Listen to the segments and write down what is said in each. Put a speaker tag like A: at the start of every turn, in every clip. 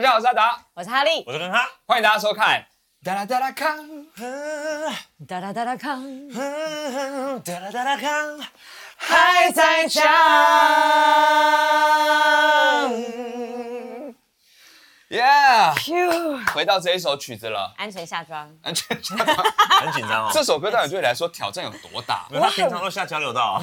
A: 票，我是阿达，
B: 我是哈利，
C: 我是跟哈，
A: 欢迎大家收看。哒啦哒啦康，
B: 哒哒哒哒康，
C: 哒啦哒啦康，
A: 还在唱。Yeah，回到这一首曲子了，
B: 安全下装，
A: 安全。
C: 很紧张哦。
A: 这首歌到底对你来说挑战有多大？
C: 他平常都下交流 道，啊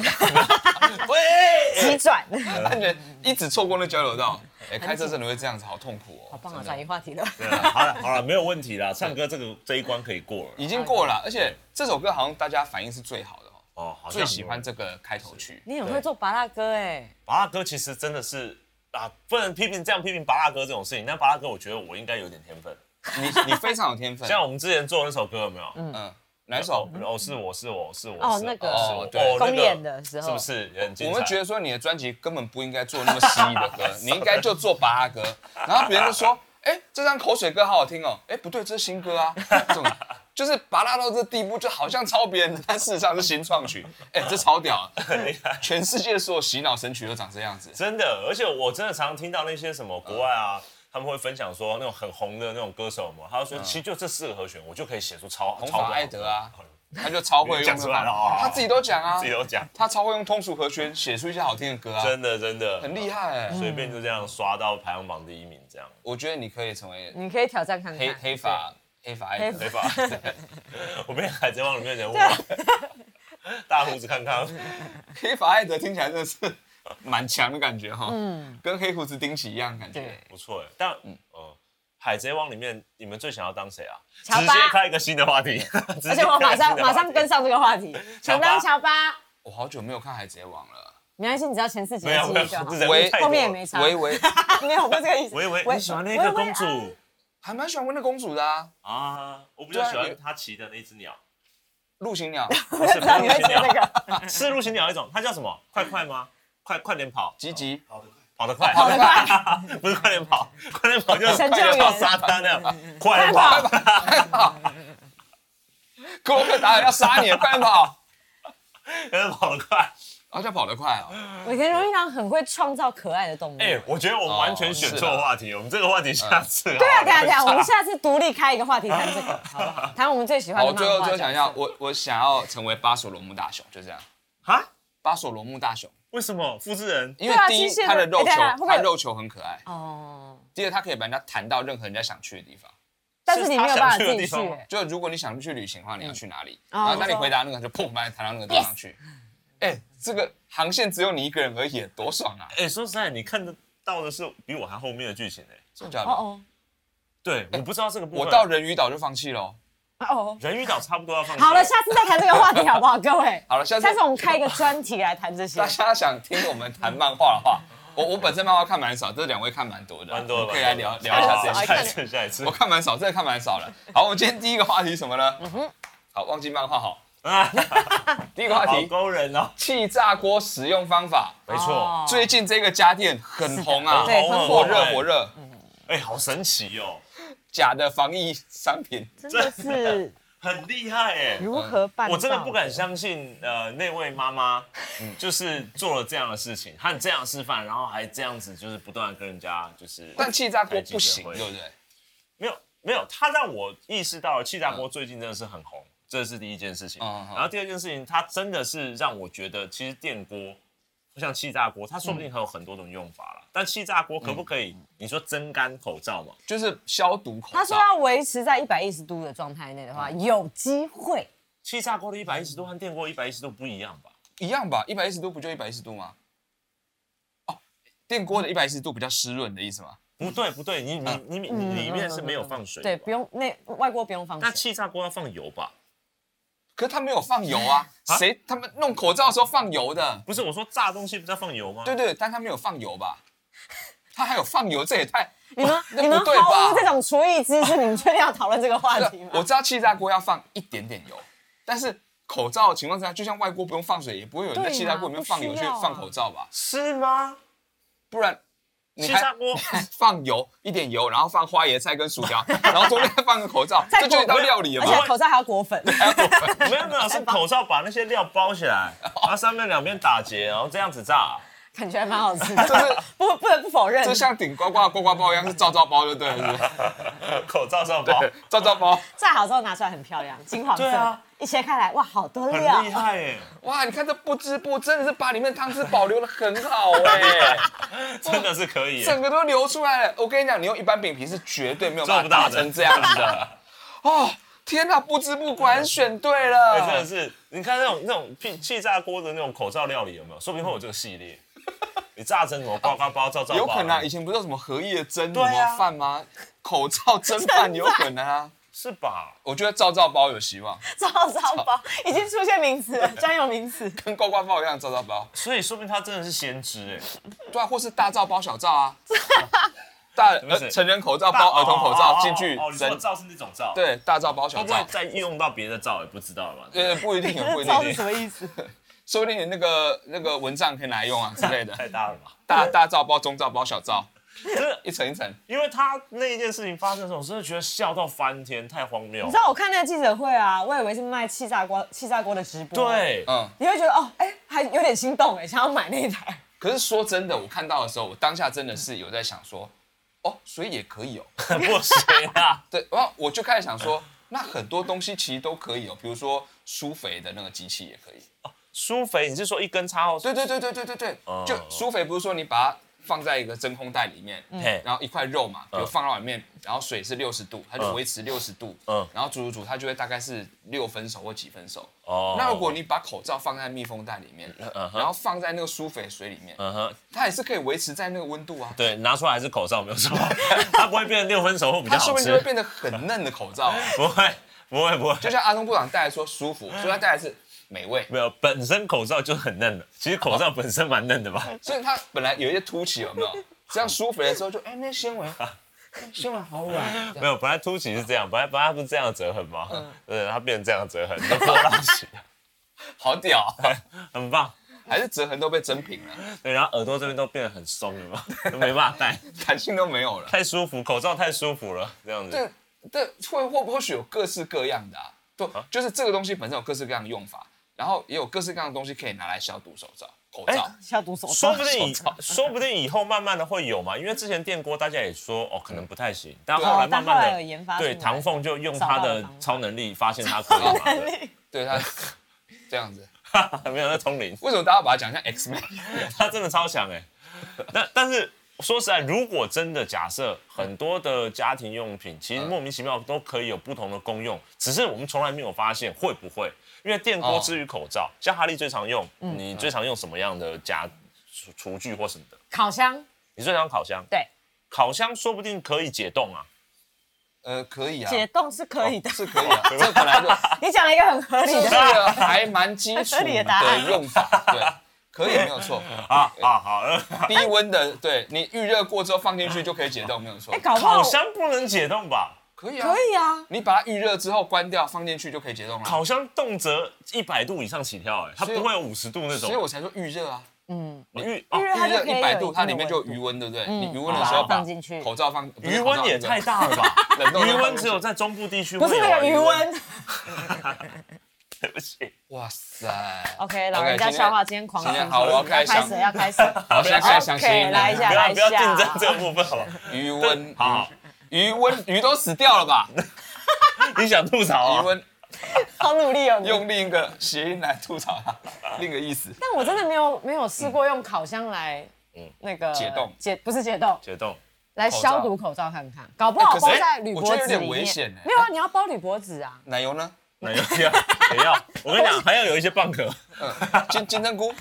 A: 喂，
B: 急转，
A: 安全一直错过那交流道，哎，开车真的会这样子，好痛苦哦。
B: 好棒啊！
A: 真的
B: 转移话题了，
C: 对啊好了好了，没有问题啦。唱歌这个这一关可以过了。
A: 已经过了，而且这首歌好像大家反应是最好的哦，
C: 哦，好像
A: 最喜欢这个开头曲。
B: 你很会做拔蜡歌哎，
C: 拔蜡哥，其实真的是啊，不能批评这样批评拔蜡哥这种事情。但拔蜡哥，我觉得我应该有点天分。
A: 你你非常有天分，
C: 像我们之前做那首歌有没有？嗯，
A: 嗯，哪一首？
C: 哦，是我是我是我
B: 哦
C: 是
B: 那个
C: 哦是我
A: 对
C: 哦那个
B: 公演的时候
C: 是不是也很精
A: 我
C: 彩？
A: 们觉得说你的专辑根本不应该做那么犀利的 歌，你应该就做八阿歌。然后别人就说，哎、这张口水歌好好听哦，哎、不对，这是新歌啊， 这种就是拔拉到这地步，就好像抄别人，但事实上是新创曲，哎、这超屌啊、 全世界所有洗脑神曲都长这样子，
C: 真的，而且我真的常听到那些什么国外啊，他们会分享说那种很红的那种歌手嘛，他就说其实就这四个和弦，我就可以写出超
A: 嗯红
C: 超
A: 发
C: 多
A: 艾德啊，他就超会用
C: 讲出来了哦
A: 他自己都讲啊
C: 自，己都讲，
A: 他超会用通俗和弦写出一些好听的歌啊，
C: 真的嗯真的
A: 很厉害、哎
C: 随便就这样刷到排行榜第一名这样。
A: 我觉得你可以成为
B: 你可以挑战看看。
A: 黑黑发黑发艾德
C: 没。法，我变海贼王里面的人物了，大胡子康康，
A: 嗯黑法艾德听起来真的是蛮强的感觉哈，嗯，跟黑胡子丁奇一样的感觉
B: 对。
C: 不错哎。但
A: 嗯
C: 呃，海贼王里面你们最想要当谁啊？
B: 乔巴
C: 直接开一个新的 话题，而
B: 而且我
C: 啊
B: 马上马上跟。上这个话题，
C: 乔
B: 想
C: 巴
B: 当乔巴，
A: 我好久没有看海贼王了，
B: 没关系，你只要前四集
C: 没有没
B: 的
C: 有，
B: 记忆就好
C: 这。人
A: 喂
C: 物太多了
B: 后面也没差，
A: 维维
B: 没有，不是这个意思。
C: 喂喂，
B: 喂
C: 你喜欢那个
B: 喂
C: 公主？
A: 还蛮喜欢温的公主的啊，
C: 啊，我比较喜
A: 对啊
C: 欢他骑的那 只鸟，
A: 陆行鸟
C: 不是
B: 知啊道你会讲这 个，
C: 是陆行鸟一种，它叫什么？快快吗？快快点跑，哦
A: 吉吉，
C: 跑得快，
A: 跑得
C: 快， 不是快点跑，快点跑就是
B: 神
C: 快
B: 救
C: 点
B: 援
C: 到沙滩那
B: 嗯
C: 样，快
B: 哎
C: 点跑，
A: 克洛克达尔要杀你了，快点跑！
C: 快点跑得快。
A: 而且跑得快哦，
B: 尾田荣一郎很会创造可爱的动物。
C: 哎，我觉得我们完全选错话题，我们这个话题下次好好
B: 对啊，对啊，对啊，
C: 聊
B: 我们下次独立开一个话题谈这个，好吧？谈我们最喜欢
A: 好，我
B: 的漫
A: 最
B: 画。
A: 后最后想一下，我我想要成为巴索罗木大雄，就这样，
C: 啊？
A: 巴索罗木大雄，
C: 为什么复制人？
A: 因为
B: 对啊
A: 第一
B: 机械的
A: 它的肉
B: 哎等一下会
A: 球，
B: 不会
A: 它肉球很可爱，
B: 哦，
A: 第二它可以把人家弹到任何人家想去的地方。
B: 但是你没有办法
C: 是他想去
B: 自
C: 的
B: 己
C: 地
B: 去
C: 方吗
B: 哎
A: 就如果你想去旅行的话，你要去哪里？
B: 哦
A: 然后当你回答那个，就砰，把你弹到那个地方去。哎、这个航线只有你一个人而已，多爽啊！
C: 哎，说实在，你看得到的是比我还后面的剧情哎。
A: 真假的？
B: 哦哦
C: 对，哎我不知道这个部分。
A: 我到人鱼岛就放弃了哦。
B: 哦哦。
C: 人鱼岛差不多要放
B: 好了，下次再谈这个话题好不好，各位？
A: 好了下次
B: 下次我们开一个专题来谈这 些
A: 大。家想听我们谈漫画的话，我我本身漫画看蛮少，这两位看蛮多的，
C: 蛮多的，
A: 可以来聊
C: 蛮多
A: 聊
C: 的
A: 一下
B: 哦
A: 这
C: 好
A: 些。
C: 下一次，下一 次
A: 我。看蛮少，这个看蛮少了。好，我们今天第一个话题是什么呢？
B: 嗯
A: 好，忘记漫画好。
C: 啊，
A: 第一个话
C: 好
A: 题，
C: 勾人哦。
A: 气炸锅使用方法。
C: 没错，
B: 哦
A: 最近这个家电很红啊，
B: 对很
A: 火
B: 火
A: 热火。热，
C: 哎，好神奇哦，
A: 假的防疫商 品。
B: 真的是
C: 很厉害哎。
B: 如何办到？
C: 我真的不敢相信，呃，那位妈妈，就是做了这样的事情，她很这样示范，然后还这样子，就是不断的跟人家就是。
A: 但气炸锅不行，
C: 开记者
A: 对
C: 会
A: 不对？
C: 没有没有，他让我意识到了气炸锅最近真的是很红，这是第一件事情。
A: 嗯嗯嗯
C: 然后第二件事情，它真的是让我觉得，其实电锅像气炸锅，它说不定还有很多种用法
A: 嗯
C: 啦。但气炸锅可不可以？你说蒸干口罩嘛？
A: 就是消毒口罩。
B: 他说要维持在一百一十度的状态内的话，有机会。
C: 气炸锅的一百一十度和电锅一百一十度不一样吧？
A: 一样吧，一百一十度不就一百一十度吗？哦，电锅的一百一十度比较湿润的意思吗？
C: 不对不对，你你你你里面是没有放水的
B: 对，
C: 吧
B: 不用那外锅不用放
C: 那
B: 水。
C: 气炸锅要放油吧？
A: 可是他没有放油啊，
C: 啊
A: 谁他们弄口罩的时候放油的？
C: 不是我说炸东西不是要放油吗？
A: 对对，但他没有放油吧？他还有放油，这也太……
B: 你们
A: 那
B: 你们
A: 不对吧
B: 毫无这种厨艺知识，你们确定要讨论这个话题吗？
A: 我知道气炸锅要放一点点油，但是口罩的情况之下，就像外锅不用放水，也不会有人在
B: 对嘛
A: 气炸锅里面放油
B: 不
A: 去
B: 需要啊
A: 放口罩吧？
C: 是吗？
A: 不然你
C: 气
A: 还
C: 炸 锅
A: 放油一点油，然后放花椰菜跟薯 条，然后中间再放个口罩，这就一道料理了
B: 而
A: 嘛。
B: 且口罩还要裹粉，
C: 没有没有，是口罩把那些料包起来，然后上面两边打结，然后这样子炸。
B: 感觉还蛮好 吃的，
A: 是
B: 不不得不否认。
A: 就像顶呱呱的呱呱包一样，是照照包就对了，是不 是？
C: 口罩上包，
A: 照照包。
B: 再好之后拿出来很漂亮，金黄色，
C: 对啊
B: 一切开来，哇，好多
C: 很
B: 料
C: 厉，害 耶，
A: 哇，你看这不织布真的是把里面的汤汁保留的很好 哎、
C: 真的是可以耶。
A: 整个都流出来了。我跟你讲，你用一般饼皮是绝对没有
C: 做
A: 办
C: 不
A: 法
C: 到
A: 打
C: 的
A: 成这样 子的。哦，天哪，不织布果然选对了，
C: 哎真的是，你看那种那种气气炸锅的那种口罩料理有没有？说不定会有这个系 列。你炸成什么呱呱包、罩罩包？
A: 有可能啊。以前不是有什么荷叶蒸什
C: 对啊
A: 么饭吗？口罩蒸饭有可能啊。
C: 是吧？
A: 我觉得照照包有希望，
B: 照烧包已经出现名词了，专有名词。
A: 跟呱呱包一样照照包，
C: 所以说明他真的是先知哎。
A: 对啊，或是大罩包小罩 啊，大
C: 么意思
A: 呃成人口罩包儿童口罩进去
C: 哦，你说的
A: 蒸，
C: 罩是那种罩，，
A: 对，大罩包
C: 会
A: 小
C: 不会
A: 罩，
C: 再用到别的罩也不知道了嘛？
A: 呃，不一 定，不
B: 这
A: 一
B: 招
A: 定
B: 是。什么意思？
A: 说不定你那个那个蚊帐可以拿来用啊之类 的。
C: 太大了吧？
A: 大大罩包、中罩包、小罩，
C: 真的，
A: 一层一层。
C: 因为他那一件事情发生的时候，我真的觉得笑到翻天，太荒谬
B: 你知。道我看那个记者会啊，我以为是卖气炸锅、气炸锅的直播。，
C: 对，
A: 嗯，
B: 你会觉得哦，哎、还有点心动哎，想要买那一台。
A: 可是说真的，我看到的时候，我当下真的是有在想说，哦，所以也可以哦。
C: 不行啊，
A: 对，然后我就开始想说，那很多东西其实都可以哦，比如说疏肥的那个机器也可以。
C: 苏肥，你是说一根插号？
A: 对对对对对对对
C: 哦，
A: 就疏肥不是说你把它放在一个真空袋里面，
C: 嘿
A: 然后一块肉嘛，比如
C: 嗯
A: 放到里面，然后水是六十度，它就
C: 嗯
A: 维持六十度，
C: 嗯
A: 然后煮煮煮，它就会大概是六分熟或几分熟。
C: 哦
A: 那如果你把口罩放在密封袋里面，
C: 嗯哼
A: 然后放在那个疏肥水里面，
C: 嗯哼，
A: 它也是可以维持在那个温度啊。
C: 对，拿出来还是口罩没有错， 它不会变成六分熟会比较
A: 它说不
C: 好
A: 定
C: 吃
A: 就会，变得很嫩的口罩啊，
C: 不会，不会，不
A: 就
C: 会。
A: 像阿东部长带来说舒 服，所以他带来是美味。
C: 没有，本身口罩就很嫩的，其实口罩本身蛮嫩的吧？
A: 所以它本来有一些凸起，有没有？这样舒肥的时候就哎、那纤维，纤维好软。
C: 没有，本来凸起是这样，本来本来它不是这样的折痕吗？对，它变成这样的折痕，都波浪形，
A: 好屌，啊
C: 很棒。
A: 还是折痕都被真平 了，
C: 对，然后耳朵这边都变得很松了嘛，都没办法戴，
A: 弹性都没有了。
C: 太舒服，口罩太舒服了，这样子。
A: 这这会或或许有各式各样的啊，对，就是这个东西本身有各式各样的用法，然后也有各式各样的东西可以拿来消毒手罩、口罩。
B: 消毒手
C: 说
B: 霜
C: 不定以说不定以后慢慢的会有嘛，因为之前电锅大家也说哦可能不太行，但后来慢
B: 啊但后来
C: 慢的
B: 有研发出来
C: 对唐凤就用他
B: 找到了
C: 的
B: 方法
C: 超能力发现他可以嘛
A: 对它这样子，
C: 对，没有那通灵，
A: 为什么大家把它讲像 X Man？
C: 他真的超强哎。那但是说实在，如果真的假设很多的家庭用品其实莫名其妙都可以有不同的功用，只是我们从来没有发现会不会？因为电锅
A: 哦
C: 之于口罩，像哈利最常用，
B: 嗯
C: 你最常用什么样的家厨厨具或什么的？
B: 烤箱，
C: 你最常用烤箱，
B: 对，
C: 烤箱说不定可以解冻啊。
A: 呃，可以啊，
B: 解冻是可以的。
A: 是可以啊，这本 来就
B: 你讲了一个很合理
A: 这是
B: 的，
A: 个还蛮基础的用法，对，可以没有错。
C: 啊啊 好，
A: 低温的，对你预热过之后放进去就可以解冻，没有错
B: 哎、。搞不好
C: 烤箱不能解冻吧？
A: 可以啊，
B: 可以啊，
A: 你把它预热之后关掉，放进去就可以解冻了。
C: 烤箱动�辄一百度以上起跳，哎，它
A: 所以
C: 不会有五十度那
A: 所以我
C: 种。
A: 才说预热啊，
C: 预
B: 预
C: 哦
B: 热它
A: 预
B: 就
A: 热
B: 可以
A: 一
B: 有一
A: 百
B: 定
A: 度，
B: 的
A: 它里面就有
B: 温
A: 余
B: 度
A: 温，对不对？你余温的时
B: 把
A: 候
B: 它
A: 把
B: 放进去
A: 口罩放，不是
C: 余
A: 口罩
C: 温也
A: 那个
C: 太大了吧？
A: 冷冻
C: 余
A: 的放
C: 温
A: 进去
C: 只有在中部地区会
B: 不
C: 有啊，
B: 是那个余温。
C: 对不起，
A: 哇塞
B: OK，老人家笑话，今天狂
A: 今天
B: 吃
A: 好我要开
B: 开
A: 箱
B: 始要开始。
A: 好，现在开始想新
B: OK，来一下
C: 不要不要竞争
B: 一下
C: 这个部分好吧？
A: 余温，嗯
C: 好好，
A: 余温鱼都死掉了吧？
C: 你想吐槽
A: 余
C: 啊？
A: 温
B: 好努力哦你。
A: 用另一个谐音来吐槽它，另一个意思。
B: 但我真的没有没有试过用烤箱来，那个
A: 嗯解冻
B: 解不是解冻，
C: 解冻
B: 来
A: 口罩
B: 消毒口罩看看，搞不好
A: 哎可
B: 包
A: 是
B: 在铝箔
A: 我觉得有
B: 纸里
A: 点
B: 面。
A: 危险哎
B: 没有啊，你要包铝箔纸啊。
A: 奶油呢？
C: 哪个要也要？我跟你讲，还要有一些蚌壳，
A: 嗯，金金针菇，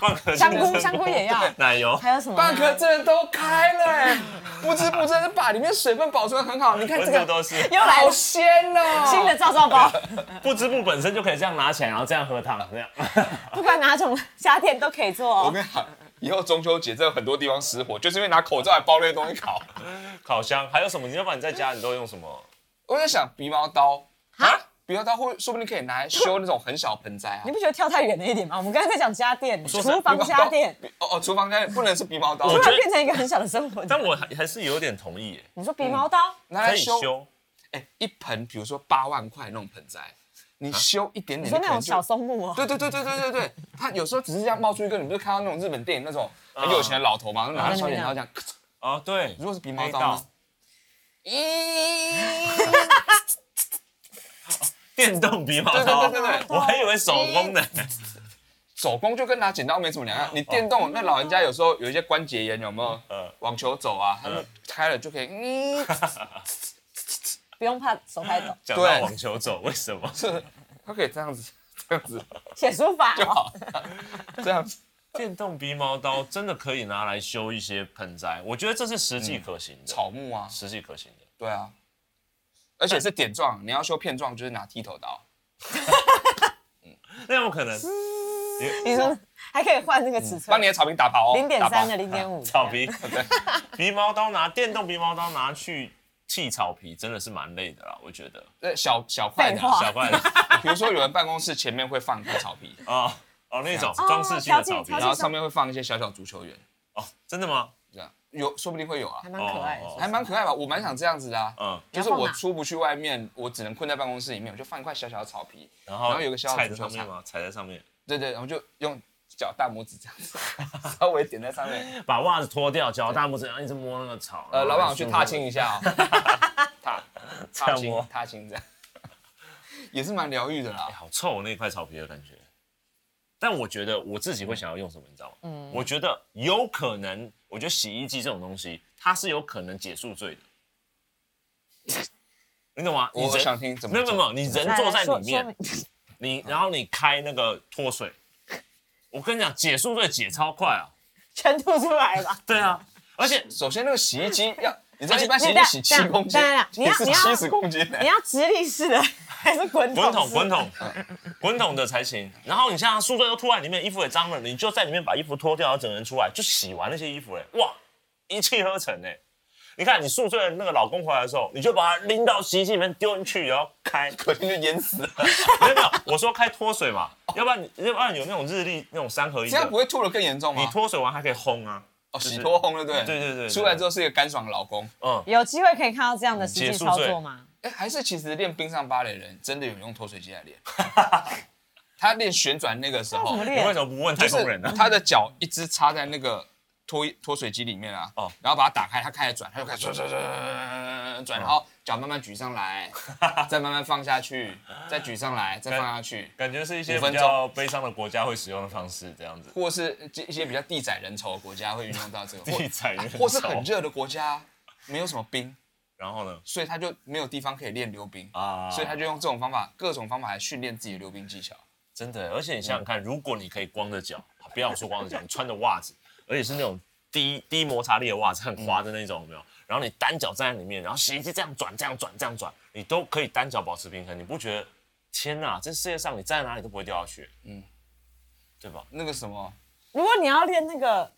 C: 蚌壳
B: 香菇香菇也要
C: 奶油
B: 还有什么呢？
A: 蚌壳真的都开了哎、不知不觉的把里面水分保存得很好。你看
C: 温
A: 这
C: 度
A: 个
C: 都是
B: 又来
A: 好
B: 了
A: 鲜哦、
B: 新的罩罩包，
C: 不织布本身就可以这样拿起来，然后这样喝汤，这样
B: 不管哪种家电都可以做
A: 我
B: 哦。
A: 跟你讲，以后中秋节在很多地方失火，就是因为拿口罩来包那些东西烤。
C: 烤箱还有什么？你要不然你在家你都用什么？
A: 我在想鼻毛刀
B: 啊
A: 啊，鼻毛刀会说不定可以拿来修那种很小盆栽啊
B: 你。不觉得跳太远了一点吗？我们刚才在讲家电，
C: 说实在
B: 厨房家电，
A: 鼻毛刀，鼻哦哦，厨房家电不能是鼻毛刀，
C: 我
B: 突
C: 觉
B: 然
C: 得
B: 变成一个很小的生活。
C: 但我还还是有点同意耶，
A: 嗯
B: 你说鼻毛刀，
A: 拿
C: 可
A: 来
C: 以
A: 修
C: 修。
A: 哎、一盆，比如说八万块那种盆栽，
C: 啊
A: 你修一点
B: 你
A: 点，
B: 说
A: 你
B: 那
A: 可能
B: 种
A: 就
B: 小松木哦，
A: 对对对对对对对，他有时候只是这样冒出一个，你不是看到那种日本电影那种很有钱的老
B: 啊
A: 头嘛，拿着双眼然后这样，咔嚓
C: 啊，对，
A: 如果是鼻毛
C: 黑
A: 刀
C: 道
A: 呢？咦，
C: 电动鼻毛刀，
A: 对对对对
C: 我还以为手工的，
A: 手工就跟拿剪刀没什么两样。你电动那老人家有时候有一些关节炎，有没有
C: 哦嗯？
A: 网球肘啊，他们开了就可以，嗯，
B: 不用怕手太抖，
C: 讲到网球肘，为什么？
A: 是，他可以这样子，这样子
B: 写书法
A: 就
B: 哦。
A: 好，这样子。
C: 电动鼻毛刀真的可以拿来修一些盆栽，我觉得这是实际可行的，
A: 草木啊，
C: 实际可行的。
A: 对啊，而且是点状，你要修片状就是拿剃头刀，
C: 那有可能
B: 你说还可以换那个尺寸
A: 帮你，的草坪打薄哦，
B: 零点
A: 打薄
B: 三的、零点 五。
C: 草皮，鼻毛刀拿电动鼻毛刀拿去剃草皮，真的是蛮累的啦，我觉得。
A: 呃小小块的
B: 废，话
C: 小怪人
A: 比如说有人办公室前面会放一块草 皮，
C: 哦哦，那种
B: 哦
C: 装饰性的草皮
B: 调
A: 然
B: 剂
A: 后上面会放一些小小足球员，
C: 哦，真的吗？
A: 这样有说不定会有啊
B: 还，蛮可爱
C: 哦哦
B: 的。
A: 还蛮可爱吧？我蛮想这样子的啊，
C: 嗯，
A: 就是
B: 你要
A: 我
B: 放哪
A: 出不去外面，我只能困在办公室里面，我就放一块小小的草皮，
C: 然后
A: 然后有个小
C: 踩
A: 小
C: 在
A: 足
C: 上
A: 球
C: 面
A: 场，
C: 吗？踩在上面，
A: 对对，然后就用脚大拇指这样子 稍微点在上面，
C: 把袜子脱掉，脚大拇指，然后一直摸那个草。
A: 呃，老板我去踏青
C: 青，
A: 一 下哦， 踏踏
C: 样
A: 青
C: 摸
A: 踏青这样， 也是蛮疗愈的啦
C: 哎。好臭那块草皮的感觉。但我觉得我自己会想要用什么，你知道吗？嗯，我觉得有可能，我觉得洗衣机这种东西，它是有可能解宿醉的。你懂吗？你
A: 我
C: 人
A: 想听怎么
C: 没有没
A: 做
C: 有没有，你人
B: 来
C: 坐在
B: 说
C: 里面
B: 说，明
C: 你然后你开那个脱水，我跟你讲，解宿醉解超快啊！
B: 全吐出来 吧。
C: 对啊，而且
A: 首先，那个洗衣机要，你知道
C: 哎
A: 一般洗衣机洗七公斤
B: 等一下，等一下
A: 是
B: 你要
A: 七十公斤呢
B: 你。要直立式的还是滚筒？
C: 滚筒滚。筒滚筒的才行。然后你像宿醉又突然里面衣服也脏了，你就在里面把衣服脱掉，然后整个人出来就洗完那些衣服嘞，哇，一气呵成哎。你看你宿醉的那个老公回来的时候，你就把它拎到洗衣机里面丢进去，然后开。
A: 可能就淹死了，
C: 没有没有，我说开脱水嘛，要不然你要不然有那种日历那种三合一
A: 这样
C: 的
A: 不，会吐的更严重
C: 你
A: 吗？
C: 脱水完还可以烘啊。
A: 哦，
C: 就是
A: 洗脱烘了，对不
C: 对对对对
A: 出来之后是一个干爽的老公。
C: 嗯，
B: 有机会可以看到这样的实际操作吗？
A: 哎，还是其实练冰上芭蕾的人真的有用脱水机来练，他练旋转那个时
B: 那怎
A: 候
B: 么，
C: 你为
B: 练？
C: 什么不问
A: 就
C: 太空
A: 是
C: 人啊呢？
A: 他的脚一直插在那个脱脱水机里面啊，
C: 哦
A: 然后把它打开，它开始转，它就开始转转转转，然后脚慢慢举上 来，再慢慢放下去，再举上
C: 哎
A: 来，再放下去。
C: 感觉是一些
A: 五分
C: 比
A: 钟
C: 较悲伤的国家会使用的方式，这样子。
A: 或是一些比较地窄人稠的国家会运用到这个，或
C: 地窄人稠
A: 或是很热的国家没有什么冰，
C: 然后呢？
A: 所以他就没有地方可以练溜冰
C: 啊
A: 所以他就用这种方法，各种方法来训练自己的溜冰技巧。
C: 真的，而且你想想看，如果你可以光着脚，不要说光着脚，你穿着袜子，而且是那种低低摩擦力的袜子，很滑的那种，有没有？然后你单脚站在里面，然后洗衣机这样转、这样转、这样转，你都可以单脚保持平衡，你不觉得？天哪，这世界上你站在哪里都不会掉下去，嗯，对吧？
A: 那个什么
B: 如果你要练那个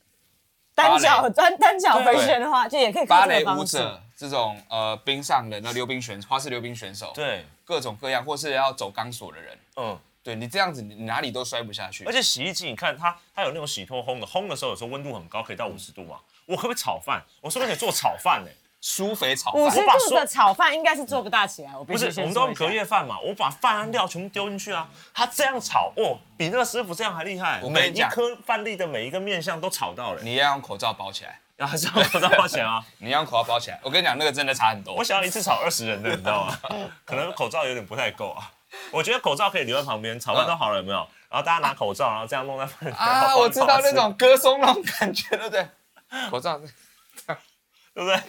B: 单脚单单脚回旋的话，就也可以
A: 芭
B: 靠这
A: 蕾
B: 个
A: 舞
B: 方式。
A: 者这种呃冰上的那溜冰选花式溜冰选手，，
C: 对，
A: 各种各样，或是要走钢索的人，
C: 嗯，
A: 对你这样子你哪里都摔不下去
C: 而。且洗衣机，你看它，它有那种洗脱烘的，烘的时候有时候温度很高，可以到五十度嘛。我可不可以炒饭？我说不定可以做炒饭呢、
A: 苏肥炒
B: 五
A: 饭
B: 十度的炒饭应该是做不大起来，我必
C: 不
B: 须
C: 是，我
B: 先
C: 们都
B: 说
C: 用
B: 一下
C: 隔。夜饭嘛，我把饭和料全部丢进去啊。他这样炒，哦，比那个师傅这样还厉害。
A: 我跟
C: 每
A: 你
C: 一
A: 讲
C: 颗饭粒的每一个面相都炒到了，
A: 你要用口罩包起来，
C: 然后这样我多少钱啊？
A: 你要用口罩包起来。我跟你讲，那个真的差很多
C: 我。想要一次炒二十人的，你知道吗？ 可能口罩有点不太够啊。我觉得口罩可以留在旁边，炒饭都好了有没有？然后大家拿口罩，然后这样弄在饭里面然
A: 啊，
C: 后
A: 我知道那
C: 放
A: 种歌颂那种感觉，对不对？口 罩
C: 吃对不对？
B: 啊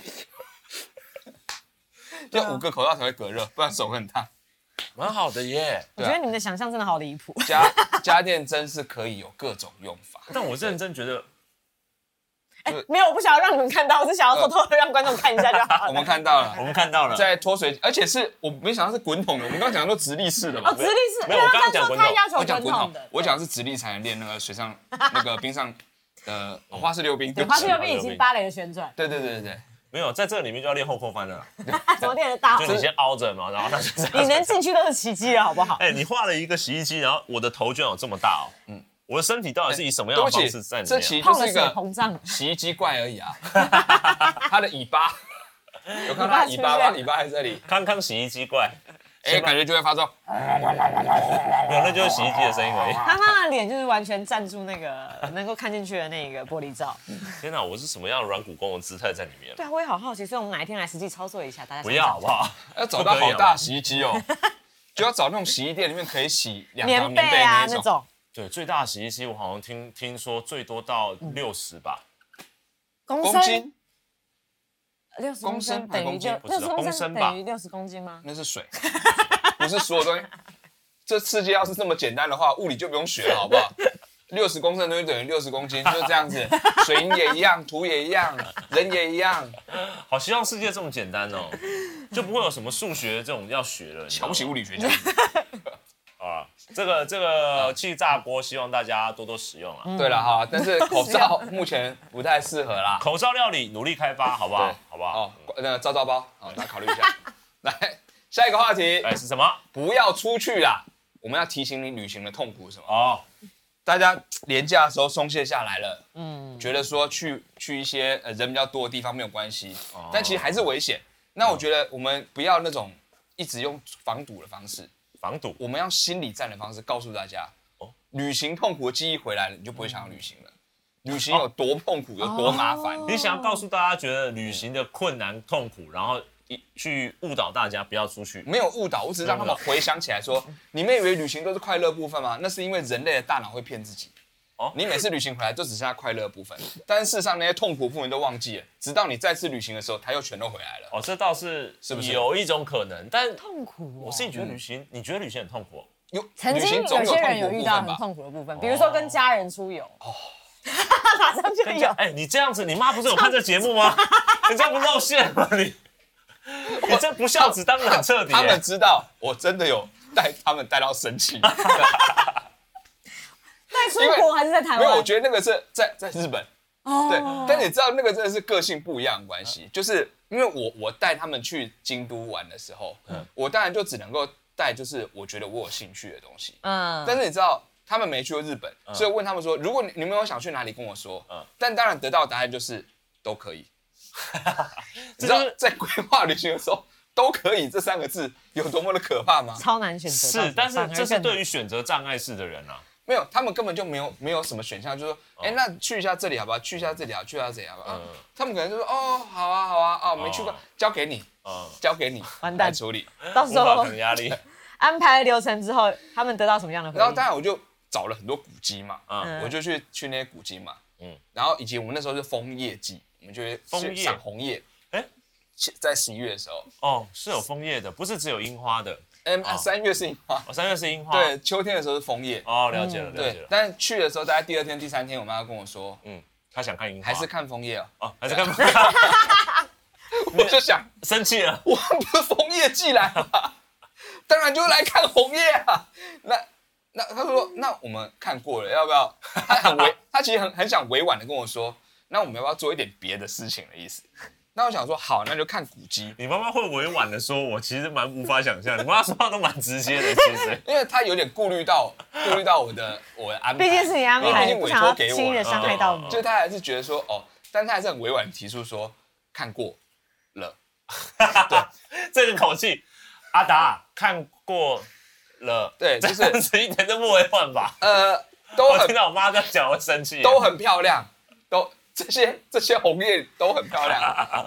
A: 要五个口罩才会隔热，不然手会很烫。
C: 蛮好的耶。
B: 我觉得你们的想象真的好离谱。
A: 家家电真是可以有各种用法。
C: 但我认真觉得，
B: 没有，我不想要让你们看到，我只想要偷偷的让观众看一下就好
A: 我
B: 了
A: 们。看到
C: 我
A: 了，
C: 们看到了，
A: 在脱水，而且是我没想到是滚筒的，我们刚刚讲说直立式的
B: 哦，
A: 嘛。
B: 直立式，
C: 没有我刚刚
B: 因
C: 讲
B: 为
C: 滚
B: 他
C: 筒
B: 说他要求
A: 我讲
B: 滚
A: 滚
B: 筒
A: 筒
B: 的，，
A: 我讲是直立才能练那个水上那个冰上呃花式溜冰，对
B: 对
A: 不
B: 花
A: 起
B: 式溜冰以及芭蕾的旋转，
A: 对对对对对，
C: 没有在这里面就要练后空翻了啦，
B: 怎么练得到？
C: 就你先凹着嘛，然后他就这样。
B: 你能进去都是奇迹了，好不好？
C: 哎、你画了一个洗衣机，然后我的头居然有这么大哦。嗯，我的身体到底是以什么
A: 哎对
C: 样
A: 不
C: 的方式啊
A: 起
C: 在，里
A: 这
C: 面？
A: 其实就
B: 胖了
A: 是一
B: 血
A: 个
B: 膨胀，
A: 洗衣机怪而已 啊。 它的尾巴，有看到它尾巴吗？尾巴在这里，
C: 康康洗衣机怪，
A: 哎，感觉就会发出
C: 哦没有，那就是洗衣机的声音而已。
B: 他妈的脸就是完全占住那个能够看进去的那个玻璃罩。
C: 天哪，我是什么样的软骨功的姿态在里面？
B: 对啊，我也好好奇，所以我们哪一天来实际操作一下，大家
C: 不要好不好？
A: 要找到好大洗衣机 哦，就要找那种洗衣店里面可以洗两条
B: 棉
A: 棉被
B: 被啊
A: 那
B: 那
A: 种。
B: 种，
C: 对，最大的洗衣机我好像听听说最多到六十吧，
B: 公
A: 公斤
B: 升六十
A: 公
B: 公
A: 升
B: 升
A: 还
B: 等于
A: 公斤
B: 六
C: 不知
B: 六十
C: 道
B: 公
C: 公升
B: 升
C: 吧
B: 等于六十公斤吗？
A: 那是水，不是所有东西。这世界要是这么简单的话，物理就不用学了，好不好？六十公升的东西等于六十公斤，就是这样子。水银也一样，土也一样，人也一样。
C: 好希望世界这么简单哦，就不会有什么数学这种要学了。你知
A: 瞧
C: 道吗
A: 不起物理学家，
C: 啊！这个这个气炸锅，希望大家多多使用啊。
A: 对了哈，但是口罩目前不太适合啦。
C: 口罩料理努力开发，好不好
A: 对？
C: 好不好
A: 哦？，那个照照包，好，大家考虑一下。 来，下一个话题，
C: 哎，是什么？
A: 不要出去啦。我们要提醒你旅行的痛苦是什么？
C: 哦，
A: 大家廉价的时候松懈下来了，
B: 嗯，
A: 觉得说去去一些呃人比较多的地方没有关系，但其实还是危险。那我觉得我们不要那种一直用防堵的方式，
C: 防堵
A: 我们要心理战的方式告诉大家，
C: 哦
A: 旅行痛苦的记忆回来了，你就不会想要旅行了。旅行有多痛苦，有多麻烦。
B: 哦
C: 你想要告诉大家，觉得旅行的困难、痛苦，然后一去误导大家不要出去。
A: 没有误导，我只是让他们回想起来说，你们以为旅行都是快乐部分吗？那是因为人类的大脑会骗自己。
C: 哦
A: 你每次旅行回来就只剩下快乐部分，但是事实上那些痛苦部分都忘记了，直到你再次旅行的时候，它又全都回来了。
C: 哦，这倒是
A: 是不是
C: 有一种可能？但
B: 痛苦哦。
C: 我自己觉得旅行，你觉得旅行很痛苦哦？
A: 有
B: 曾
A: 旅
B: 经
A: 行总
B: 有些人有
A: 痛苦
B: 遇
A: 部分
B: 到很
A: 吧？哦
B: 痛苦的部分，比如说跟家人出游，马上就
C: 跟
B: 有。
C: 哎，你这样子，你妈不是有看 这节目吗？你这样不露馅吗？你 你这不孝子当的很彻底耶。
A: 他们知道我真的有带他们带到生气，
B: 在出
A: 因为
B: 国还是在台
A: 没有，我
B: 湾？
A: 觉得那个是在在日本，
B: 哦
A: 对，但你知道那个真的是个性不一样的关系，就是因为我我带他们去京都玩的时候，我当然就只能够带就是我觉得我有兴趣的东西，
B: 嗯，
A: 但是你知道他们没去过日本，所以问他们说，如果你你们有想去哪里，跟我说
C: 嗯。
A: 但当然得到答案就是都可以。你知
C: 这
A: 道
C: 就是
A: 在规划旅行的时候，“都可以”这三个字有多么的可怕吗？
B: 超难选择。
C: 是，但是这是对
B: 于
C: 于选择障碍式的人啊。
A: 没有，他们根本就没有没有什么选项，就说，哎、那去一下这里好不好？去一下这里好，去一下这里好不好？
C: 哦
A: 啊
C: 嗯
A: 他们可能就说，哦，好啊，好啊，哦，没去过，
C: 哦
A: 交给你，
C: 嗯，
A: 交给你，
B: 完蛋
A: 来处理。
B: 到
C: 无
B: 时
C: 法
B: 候
C: 抗压 力。
B: 安排流程之后，他们得到什么样的回
A: 然后
B: 应？
A: 当然我就找了很多古迹嘛，
C: 嗯
A: 我就去去那些古迹嘛，
C: 嗯
A: 嗯，然后以及我们那时候是枫叶季，我们就会
C: 枫
A: 去
C: 叶哎
A: 赏红叶，
C: 诶
A: 去，在十一月的时候，
C: 哦，是有枫叶的，不是只有樱花的。
A: 嗯，啊三月是樱花，
C: 哦，三月是樱花。
A: 对，秋天的时候是枫叶，
C: 哦，了解了，了解
A: 对
C: 了，。
A: 但是去的时候大概第二天、第三天，我妈跟我说，
C: 嗯，他想看樱花，
A: 还是看枫叶 哦，
C: 哦，还是看，
A: 我就想，
C: 生气了。
A: 我们不是枫叶季来嘛， 当然就来看红叶啊。那那他说，那我们看过了，要不要？他很委， 他其实很很想委婉的跟我说，那我们要不要做一点别的事情的意思？那我想说，好，那就看古迹，
C: 你妈妈会委婉的说，我其实蛮无法想象，你妈妈说话都蛮直接的，其 实
A: 因为他有点顾虑到顾虑到我的我的安排，
B: 毕竟是 你安
A: 因为毕
B: 排，
A: 竟
B: 不
A: 委
B: 想
A: 托
B: 要
A: 给
B: 轻易的
A: 我，啊
B: 伤害到你
C: 嗯。
A: 就他还是觉得说哦，但他还是很委婉地提出说看过了，
C: 这个口气，阿达看过了，
A: 对就是
C: 这样子一点都不委婉吧？
A: 呃，都
C: 我
A: 很
C: 听到我妈这样讲，我生气，
A: 都很漂亮，都这些这些红叶都很漂亮，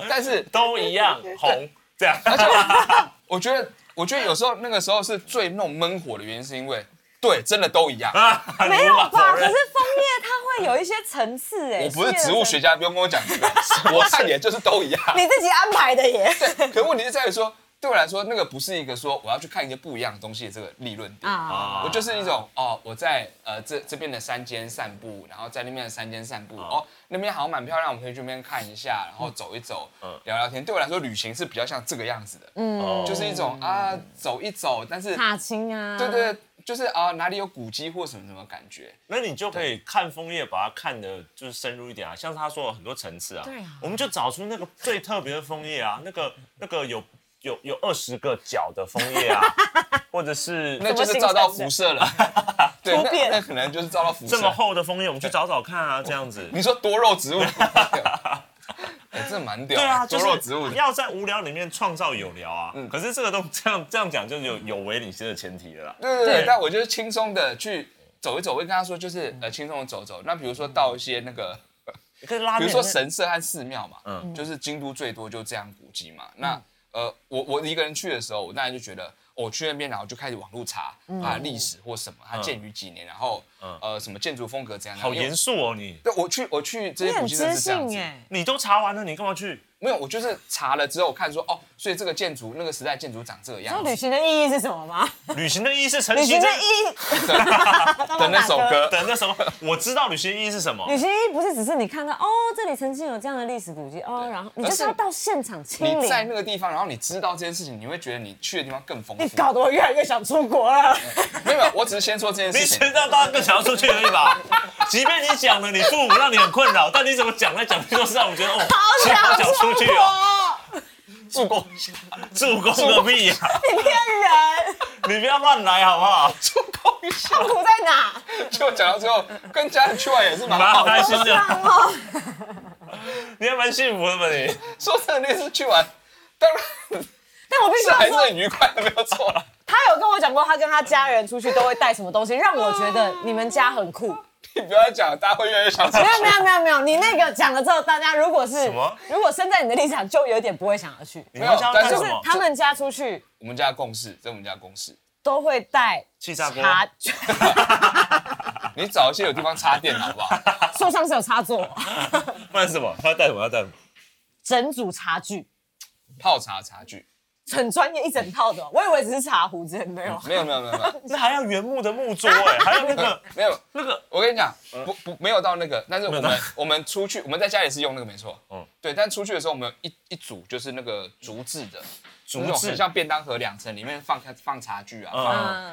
A: 但是
C: 都一样红，这样，
A: 而且 我我觉得我觉得有时候那个时候是最那种闷火的原因，是因为对，真的都一样。
C: 啊，你
B: 没
C: 无
B: 有
C: 法
B: 吧？
C: 否
B: 可
C: 认
B: 是枫叶它会有一些层次哎。
A: 我不是植物学家，不用跟我讲这个，我看也就是都一样。
B: 你自己安排的耶。
A: 可问题是在于说，对我来说，那个不是一个说我要去看一些不一样的东西的这个立论点。
B: 啊，
C: 啊
A: 我就是一种哦，我在呃这这边的山间散步，然后在那边的山间散步，哦，那边好像蛮漂亮，我们可以去那边看一下，然后走一走，
C: 嗯
A: 聊聊天。对我来说，旅行是比较像这个样子的，
C: 哦
B: 嗯，
A: 就是一种啊走一走，但是
B: 踏青啊。
A: 对对，
C: 嗯
A: 对就是啊哪里有古迹或什么什么感觉，
C: 那你就可以看枫叶，把它看的就是深入一点啊，像是他说有很多层次啊，
B: 对啊
C: 我们就找出那个最特别的枫叶啊，那个那个有有有二十个角的枫叶 啊，或者是
A: 那就是照到辐 射了。对，
B: 突变
A: 那那可能就是照到辐射
C: 啊这。么厚的枫叶，我们去找找看啊，这样子。
A: 你说多肉植物？哎，这蛮屌
C: 对
A: 的，
C: 啊，就
A: 多肉植物嗯
C: 是要在无聊里面创造有聊啊。可是这个都这样这样讲，就有有违你先的前提了啦。
A: 对对对，
C: 对
A: 但我就是轻松的去走一走，我会跟他说就是呃轻松的走走。那比如说到一些那个，
C: 可是拉
A: 比
C: 面，
A: 如说神社和寺庙嘛，
C: 嗯
A: 就是京都最多就这样古迹
B: 嗯
A: 嘛。那呃，我我一个人去的时候，我当然就觉得。我去那边，然后就开始网络查
B: 嗯
A: 它的历史或什么，它建于几年，然后呃什么建筑风格怎样。
C: 嗯好
A: 然后因为
C: 严肃哦，你
A: 对，我去我去这
B: 你
A: 些古
B: 很
A: 迹
B: 知
A: 真的是这样子
B: 性。哎，
C: 你都查完了，你干嘛去？
A: 没有，我就是查了之后看说哦，所以这个建筑那个时代建筑长这个
B: 那
A: 样
B: 旅
A: 子
B: 行的意义是什么吗？
C: 旅行的意义是陈
B: 旅
C: 绮
B: 行的
C: 贞
B: 意义，
A: 的
B: 的
A: 那首歌。
C: 的那什么，我知道旅行的意义是什么。
B: 旅行意义不是只是你看到哦，这里曾经有这样的历史古迹哦，然后你就是
A: 而
B: 要
A: 是
B: 到现场清
A: 你
B: 理。
A: 在那个地方，然后你知道这件事情，你会觉得你去的地方更丰富。
B: 你搞得我越来越想出 国了。
A: 没有，没有我只是先说这件
C: 你
A: 事情
C: 知。道大家更想要出去而已吧？ 即便你讲了，你父母让你很困扰，但你怎么讲来讲去都是让我觉得哦，好
B: 想
C: 想出去哦，助攻，助攻个屁呀、
B: 你骗人，
C: 你不要乱来好不好？
A: 出公一下，
B: 痛苦在哪？
A: 就讲到最后，跟家人去玩也是蛮
C: 蛮
A: 好
C: 开
A: 的。
C: 心的，
B: 然后
C: 你还蛮幸福的吧你？
A: 说真的，那次去玩，当然
B: 但我必须
A: 是
B: 要
A: 还是
B: 说，
A: 很愉快的，没有错 啦。
B: 他有跟我讲过，他跟他家人出去都会带什么东西，让我觉得你们家很酷。
A: 你不要再讲，大家会越来越想出
B: 没
A: 去。
B: 有没有没有没有，你那个讲了之后，大家如果是
C: 什么
B: 如果身在你的立场，就有点不会想要去。
C: 你们家要带
A: 但
C: 什
A: 是
B: 就是
C: 么？
B: 他们家出去
A: 我们家的共识，这是我们家的共识。
B: 都会带
C: 气炸锅
B: 茶，
A: 你找一些有地方插电的好不好？
B: 桌上是有插座，
C: 不然什么？他要带什么？要带什么？
B: 整组茶具。
A: 泡茶茶具。
B: 很专业一整套的哦，我以为只是茶壶，真的没有。
A: 没有没有没有没有
C: 那还要原木的木桌哎、还有那个
A: 没有。
C: 那个呃
A: 我跟你讲，不不没有到那个，但是我
C: 没有
A: 们
C: 到
A: 我们出去，我们在家里是用那个没错，
C: 嗯
A: 嗯，对，但出去的时候我们有一一组就是那个竹制的，
C: 竹
A: 那种
C: 制
A: 很像便当盒两层，里面放开放茶具啊，
C: 嗯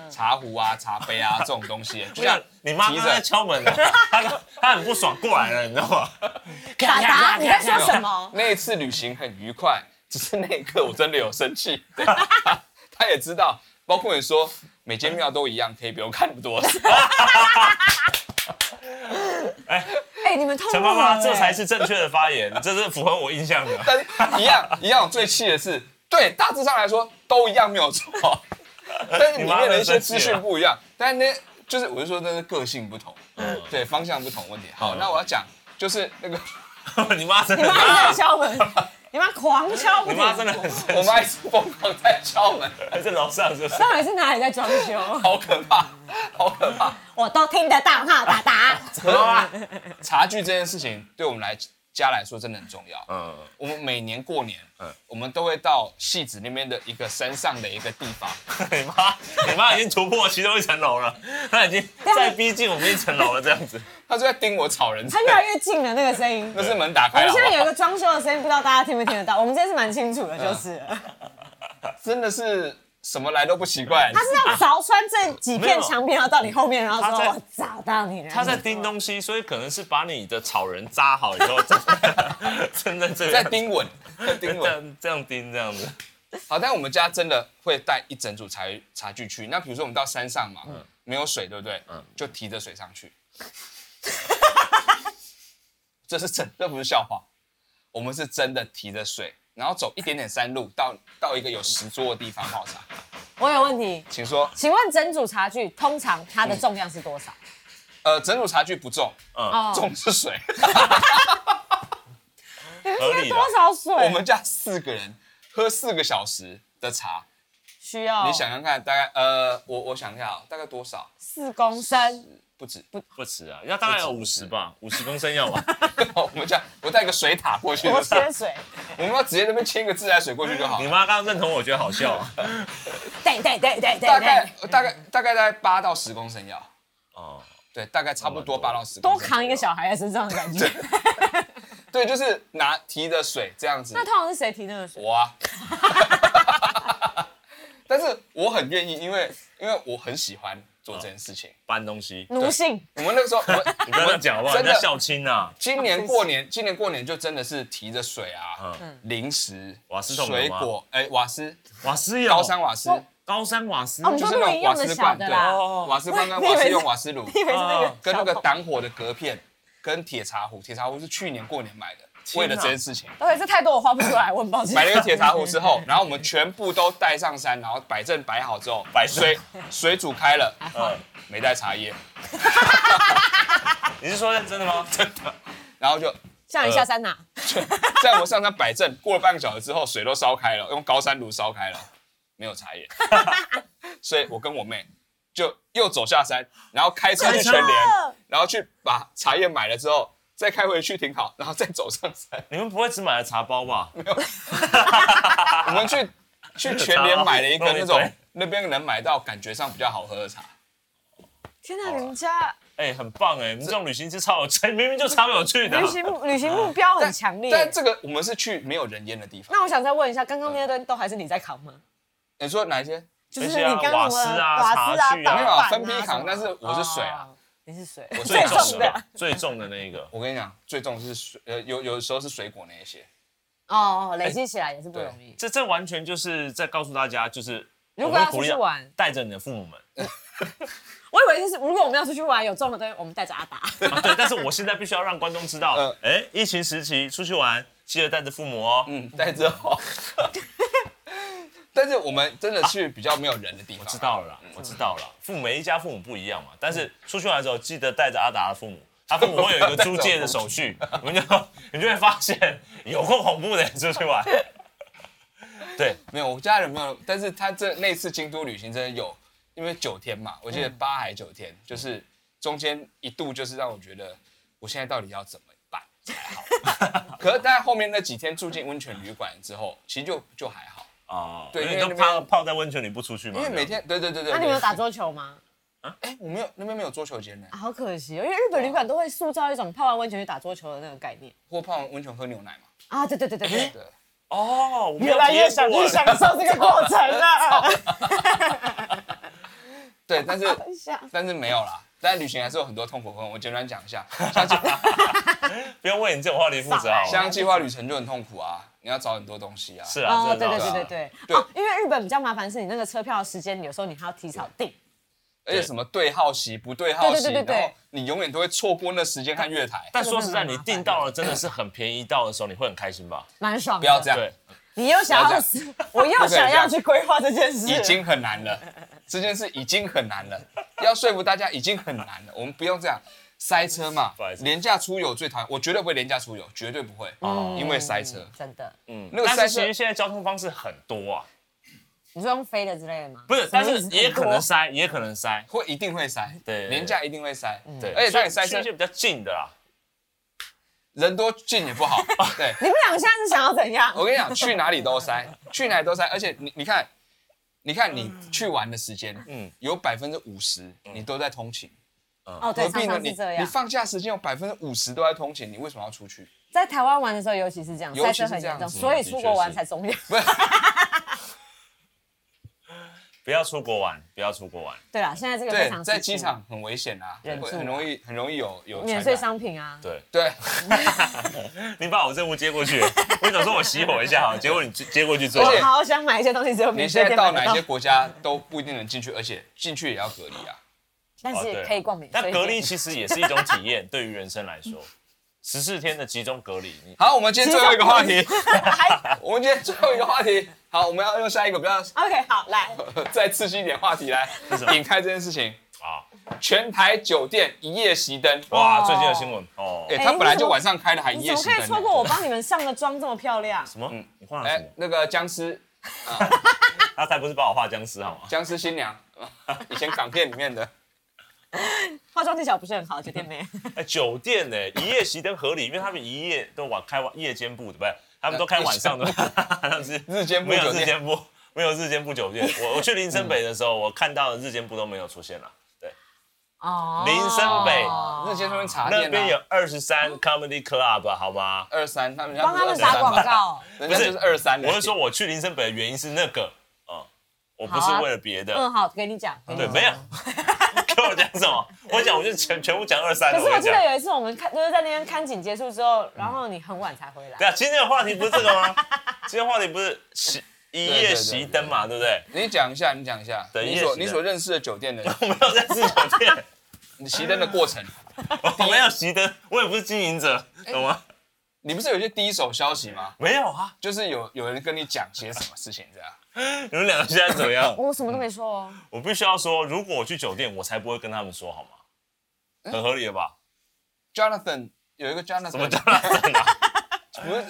A: 放茶壶啊、茶杯啊这种东西，就
C: 我想
A: 像
C: 你妈
A: 提
C: 刚
A: 着
C: 刚在敲门呢，她她很不爽过来了，你知道吗？
B: 达达，你在说什么？
A: 那一次旅行很愉快，只是那一刻我真的有生 气，对他他也知道，包括你说每间庙都一样，可以不用看那么 多次，
B: 哎，你们通过
C: 陈妈妈，
B: 了
C: 这才
B: 哎
C: 是正确的发言，这是符合我印象的。
A: 但是一样一样，我最气的是，对，大致上来说都一样没有 错，但是里面的一些资讯不一样，但是那就是我就说那是个性不同，
C: 嗯
A: 对，方向不同问题。好，那我要讲就是那个
C: 你妈真
B: 你
C: 的，
B: 妈一直在敲门，你妈狂敲不
C: 你
B: 停。
C: 妈真的很生
A: 我 妈一直疯狂在敲门，
C: 气，在楼上就是。
B: 到底是哪里在装修？
A: 好可怕，好可 怕。
B: 我都听得到哈，达 达。
A: 可是啊，茶具这件事情对我们来家来说真的很重要。
C: 嗯，
A: 我们每年过年
C: 嗯，
A: 我们都会到戏子那边的一个山上的一个地方，
C: 你妈，你妈已经突破其中一层楼了， 她已经再逼近我们一层楼了，这样 子。
A: 他就在盯我吵人，
B: 它越来越近了，那个声音。
A: 那是门打
B: 我
A: 开
B: 们
A: 了，
B: 现在有
A: 好
B: 一
A: 不
B: 个装修的声音，不知道大家听没听得到？我们今天是蛮清楚的，就是
A: 哎
B: 了
A: 好真的是什么来都不奇怪
B: 他。是要凿穿这几
C: 没有
B: 片墙壁，然后到你后面，然后
C: 他在
B: 说我找到你了。
C: 她在盯东西，所以可能是把你的草人扎好以后，真的 真的这
A: 在
C: 样
A: 盯稳，在盯
C: 这
A: 稳。
C: 样这样盯这样子。
A: 好，但我们家真的会带一整组茶茶具去。那比如说我们到山上嘛，没有水，对不对？就提着水上去。 这是真，这不是笑话。我们是真的提着水，然后走一点点山路，到到一个有石桌的地方泡茶。
B: 我有问题，
A: 请说，
B: 请问整组茶具通常它的重量是多少？
A: 呃，整组茶具不重，
B: 哦，
A: 嗯重是水。
B: 你们
C: 合
B: 需
C: 理
B: 要
C: 的
B: 多少水？
A: 我们家四个人喝四个小时的茶，
B: 需要
A: 你想想看，大概呃，我我想一下啊，大概多少？
B: 四公升，
A: 不止，
C: 不止啊，要大概有五十吧，五十公升要吧。
A: 我们家我带个水塔过去，
B: 多缺水，
A: 我们要直接那边牵一个自来水过去就好
C: 你。妈刚刚认同，我觉得好笑啊。
B: 对对对对对
A: 大概
B: 对，
A: 大概大概在八到十公升要，
C: 哦，
A: 对，大概差不多
C: 差不多
A: 八到十。
B: 多扛一个。小孩在身上的感觉。
A: 对， 就是拿提着水这样子
B: 那。通常是谁提那个水？
A: 我啊， 但是我很愿意，因为因为我很喜欢做这件事情。
C: 搬东西，
B: 奴性，
A: 我们那个时候，我们
C: 你不要这样讲好不好？
A: 真
C: 人
A: 的
C: 家孝亲啊，
A: 今年过年，今年过年就真的是提着水啊，
B: 嗯
A: 零食、
C: 瓦斯桶有吗
A: 水
C: 哦
A: 果，哎，瓦斯、
C: 瓦斯有
A: 高山瓦斯，
C: 高山瓦斯啊
B: 哦你
A: 就
B: 说
A: 是那种
B: 露营用
A: 瓦
B: 的
A: 斯
B: 小
A: 罐，
B: 的
A: 对，
C: 哦
B: 啦
A: 瓦斯罐跟
B: 我以为
A: 瓦斯
B: 是
A: 用瓦斯炉，
B: 哦你以为是那
C: 啊
B: 个
A: 跟那个
B: 小桶
A: 挡火的隔片，跟铁茶壶，铁茶壶是去年过年买的，
C: 天
A: 为了
C: 哪
A: 这件事情。
B: 对，这太多我画不出来，我很抱歉。
A: 买了一个铁茶壶之 后，然后我们全部都带上山，然后摆正摆好之后，
C: 摆正
A: 水水煮开了，
C: 嗯，
A: 没带茶叶，
C: 你是说认真的吗？ 真的。
A: 然后就
B: 像你下山哪？
A: 在我上山摆正，过了半个小时之后，水都烧开了，用高山炉烧开了，没有茶 叶，所以我跟我妹就又走下山，然后开车去全
C: 真
A: 联
B: 的，
A: 然后去把茶叶买了之后，再开回去停好，然后再走上山。
C: 你们不会只买了茶包吧？
A: 我们去去全联买了一个那
C: 弄
A: 种
C: 一堆
A: 那边能买到感觉上比较好喝的茶，
B: 天哪，人家
C: 哎、很棒哎、你们这种旅行是超有趣， 明明就超有趣的啊
B: 旅。行旅行目标很强烈。
A: 但这个我们是去没有人烟的地方。
B: 那我想再问一下，刚刚那些都都还是你在扛吗？
A: 你说哪一些？
B: 就是
C: 那
B: 你
C: 些啊
B: 刚刚
C: 瓦
B: 什么
C: 斯啊
B: 瓦斯啊
C: 茶
A: 没
B: 挡
C: 具啊
B: 板
A: 有
B: 啊
A: 啊分批
B: 什么
A: 扛，但是我是水啊。
B: 哦，你是水，
A: 我是
B: 最
A: 水
B: 重的啊
C: 最重的那一个，
A: 我跟你讲，最重是水，呃，有有时候是水果那一些。
B: 哦哦，累积起来也是不容易。
C: 这这完全就是在告诉大家，就是
B: 如果
C: 我会
B: 要
C: 鼓励
B: 出去玩
C: 带着你的父母们。
B: 我以为就是如果我们要出去玩有重的东西，我们带着阿达。
C: 啊，对，但是我现在必须要让观众知道
A: 嗯，
C: 哎、疫情时期出去玩记得带着父母哦。
A: 嗯，带着哦。但是我们真的去比较没有人的地方。
C: 我知道了啦，我知道了啦，父母每一家父母不一样嘛，但
A: 嗯
C: 是出去玩的时候记得带着阿达的父母。他父母会有一个租借的手续，你们就你就会发现有够恐怖的出去玩。对，
A: 没有，我家人没有，但是他这那次京都旅行真的有，因为九天嘛，我记
B: 嗯
A: 得八还九天，就是中间一度就是让我觉得我现在到底要怎么办才 好。可是但后面那几天住进温泉旅馆之后，其实就就还好，
C: 哦，
A: 对
C: 因为
A: 因
C: 你
A: 为
C: 都
A: 那边
C: 泡泡在温泉里不出去嘛，
A: 因为每天对对对对，
B: 那你
A: 对
B: 们有打桌球吗？
A: 哎，我没有那边没有桌球间呢
B: 啊，，好可惜哦，因为日本旅馆都会塑造一种泡完温泉去打桌球的那个概念
A: 或泡完温泉喝牛奶嘛，
B: 啊，对对对对
C: 哎
B: 对，
A: 对。
C: 哦，我没有
B: 越来越想
C: 体验
B: 去
C: 过
B: 享受这个过程啊 了。
A: 对，但是
B: 一下
A: 但是没有啦，但旅行还是有很多痛苦的部分。我简短讲一下，像计
C: 不用为你这种话题负责
B: 傻
C: 好吗？
A: 像计划旅程就很痛苦啊，你要找很多东西啊。
C: 啊是啊，
B: 哦，
C: 真
B: 对
C: 的
B: 对
C: 是
B: 对对
C: 啊
B: 对对，
A: 对
B: 哦，因为日本比较麻烦，是你那个车票的时间，有时候你还要提早订。
A: 而且什么对号席不对号席，
B: 对对对对对
A: 然后你永远都会错过那时间和月台。
C: 但说实在，
B: 这个真的很麻
C: 你
B: 烦
C: 订到了真的是很便宜到的时候，你会很开心吧？
B: 蛮爽的，
A: 不要这样，
C: 对，
B: 你又想
A: 不
B: 要
A: 要
B: 死， 我又想要去规划这件事，
A: 已经很难了，这件事已经很难了，要说服大家已经很难了。我们不用这样塞车嘛
C: 不好意，思
A: 廉价出游最讨厌，我绝对不会廉价出游，绝对不会，因为塞车。
B: 嗯真的。
A: 那个
C: 哦嗯但
A: 塞
C: 是其
A: 车
C: 实现在交通方式很多啊，
B: 你说用飞的之类的吗？
C: 不是，但
B: 什么意
C: 是
B: 思
C: 也可能塞，也可能塞。
A: 会一定会塞，
C: 对
A: 廉价一定会塞，
C: 对，
A: 而且当你
C: 所
A: 塞
C: 以去一
A: 车
C: 些，比较近的啦。
A: 人多进也不 好。对，
B: 你们两个现在是想要怎样？
A: 我跟你讲，去哪里都塞， 去哪里都塞，而且你你看，你看你去玩的时间，嗯
C: 嗯，
A: 有百分之五十你都在通勤。
B: 哦，对，
A: 何必
B: 常
A: 呢？
B: 常是
A: 你
B: 这
A: 你
B: 样。
A: 放假时间有百分之五十都在通勤，你为什么要出去？
B: 在台湾玩的时候，尤其是这样，
A: 尤
B: 赛
A: 其是
B: 车很严
A: 这样
B: 重，
A: 子
B: 所以出国玩才重要。
A: 不是，
C: 不要出国玩，不要出国玩。
B: 对啦，现在这个非
A: 对，
B: 常辛苦
A: 在机场很危险啊，
B: 忍
A: 会
B: 住
A: 很容易很容易有有
B: 免
A: 传
B: 税
A: 染。
B: 商品啊，
C: 对，
A: 对，
C: 你把我任务接过去，我想说我熄火一下哈，结果你接接过去之后
A: 而，且
B: 我好想买一些东西，只有
A: 你
B: 免税
A: 现在
B: 店
A: 到
B: 买得
A: 哪些国家都不一定能进去，而且进去也要隔离啊。
B: 但是
C: 哦
B: 也
C: 对
B: 可以逛免税
C: 但
B: 店。
C: 隔离其实也是一种体验，对于人生来说，十四天的集中隔离，你
A: 好，我们今天最后一个话题，
B: 还
A: 我们今天最后一个话题，好，我们要用下一个比较呃
B: OK，好来，
A: 再刺激一点话题来
C: 什么
A: 引开这件事情。
C: 啊，
A: 全台酒店一夜熄灯，
C: 哇，最近的新闻哦，
A: 哎，
B: 哎
A: 他
B: 你
A: 本来
B: 怎
A: 就
B: 么
A: 晚上开的，还一
B: 你
A: 夜熄
B: 怎么可
A: 灯
B: 以
A: 呢。
B: 错过我帮你们上的妆这么漂亮？
C: 什么？你画了什
A: 哎
C: 么，？
A: 那个僵尸，
C: 他才不是把我画僵 尸好吗？
A: 僵尸新娘，以前港片里面的。
B: 化妆技巧不是很好，酒店妹。
C: 哎，酒店呢，一夜熄灯合理，因为他们一夜都晚开晚夜间部的，不是，他们都开晚上的，他们是
A: 日 间部
C: 没有
A: 酒店
C: 日间部，没有日间部酒店。我我去林森北的时候，我看到的日间部都没有出现了。对，
B: 哦
C: 林森北
A: 那间那边茶店、啊、
C: 那边有二十三 Comedy Club 好吗？
A: 二三，他们
B: 帮他们打广，告。
A: 人家就是二三。
C: 我是说，我去林森北的原因是那个，嗯，我不是
B: 好啊
C: 为了别的，
B: 嗯，好，给你讲。
A: 啊
C: 对，没有。
A: 嗯
C: 跟我讲什么？我讲我就全全部讲二三
B: 可
C: 的，
B: 是我
C: 跟你
B: 记
C: 讲。
B: 得有一次我们看，就是在那边看景结束之后，然后你很晚才回来
C: 对。啊，今天的话题不是这个吗？ 今天话题不是熄一夜熄灯嘛，对不对？
A: 你讲一下，你讲一下，
C: 对
A: 你
C: 夜
A: 所
C: 市的
A: 你所认识的酒店的，
C: 我没有在自酒店，
A: 熄灯的过程。
C: 我没有熄灯，我也不是经营者，懂吗？
A: 你不是有一些第一手消息吗？
C: 哎没有啊，
A: 就是有有人跟你讲些什么事情这样。
C: 你们两个现在怎么样？
B: 我什么都没说哦。
C: 我必须要说，如果我去酒店，我才不会跟他们说，好吗？很合理了吧？
A: Jonathan 有一个 Jonathan，
C: 怎么叫他整啊？
A: 不是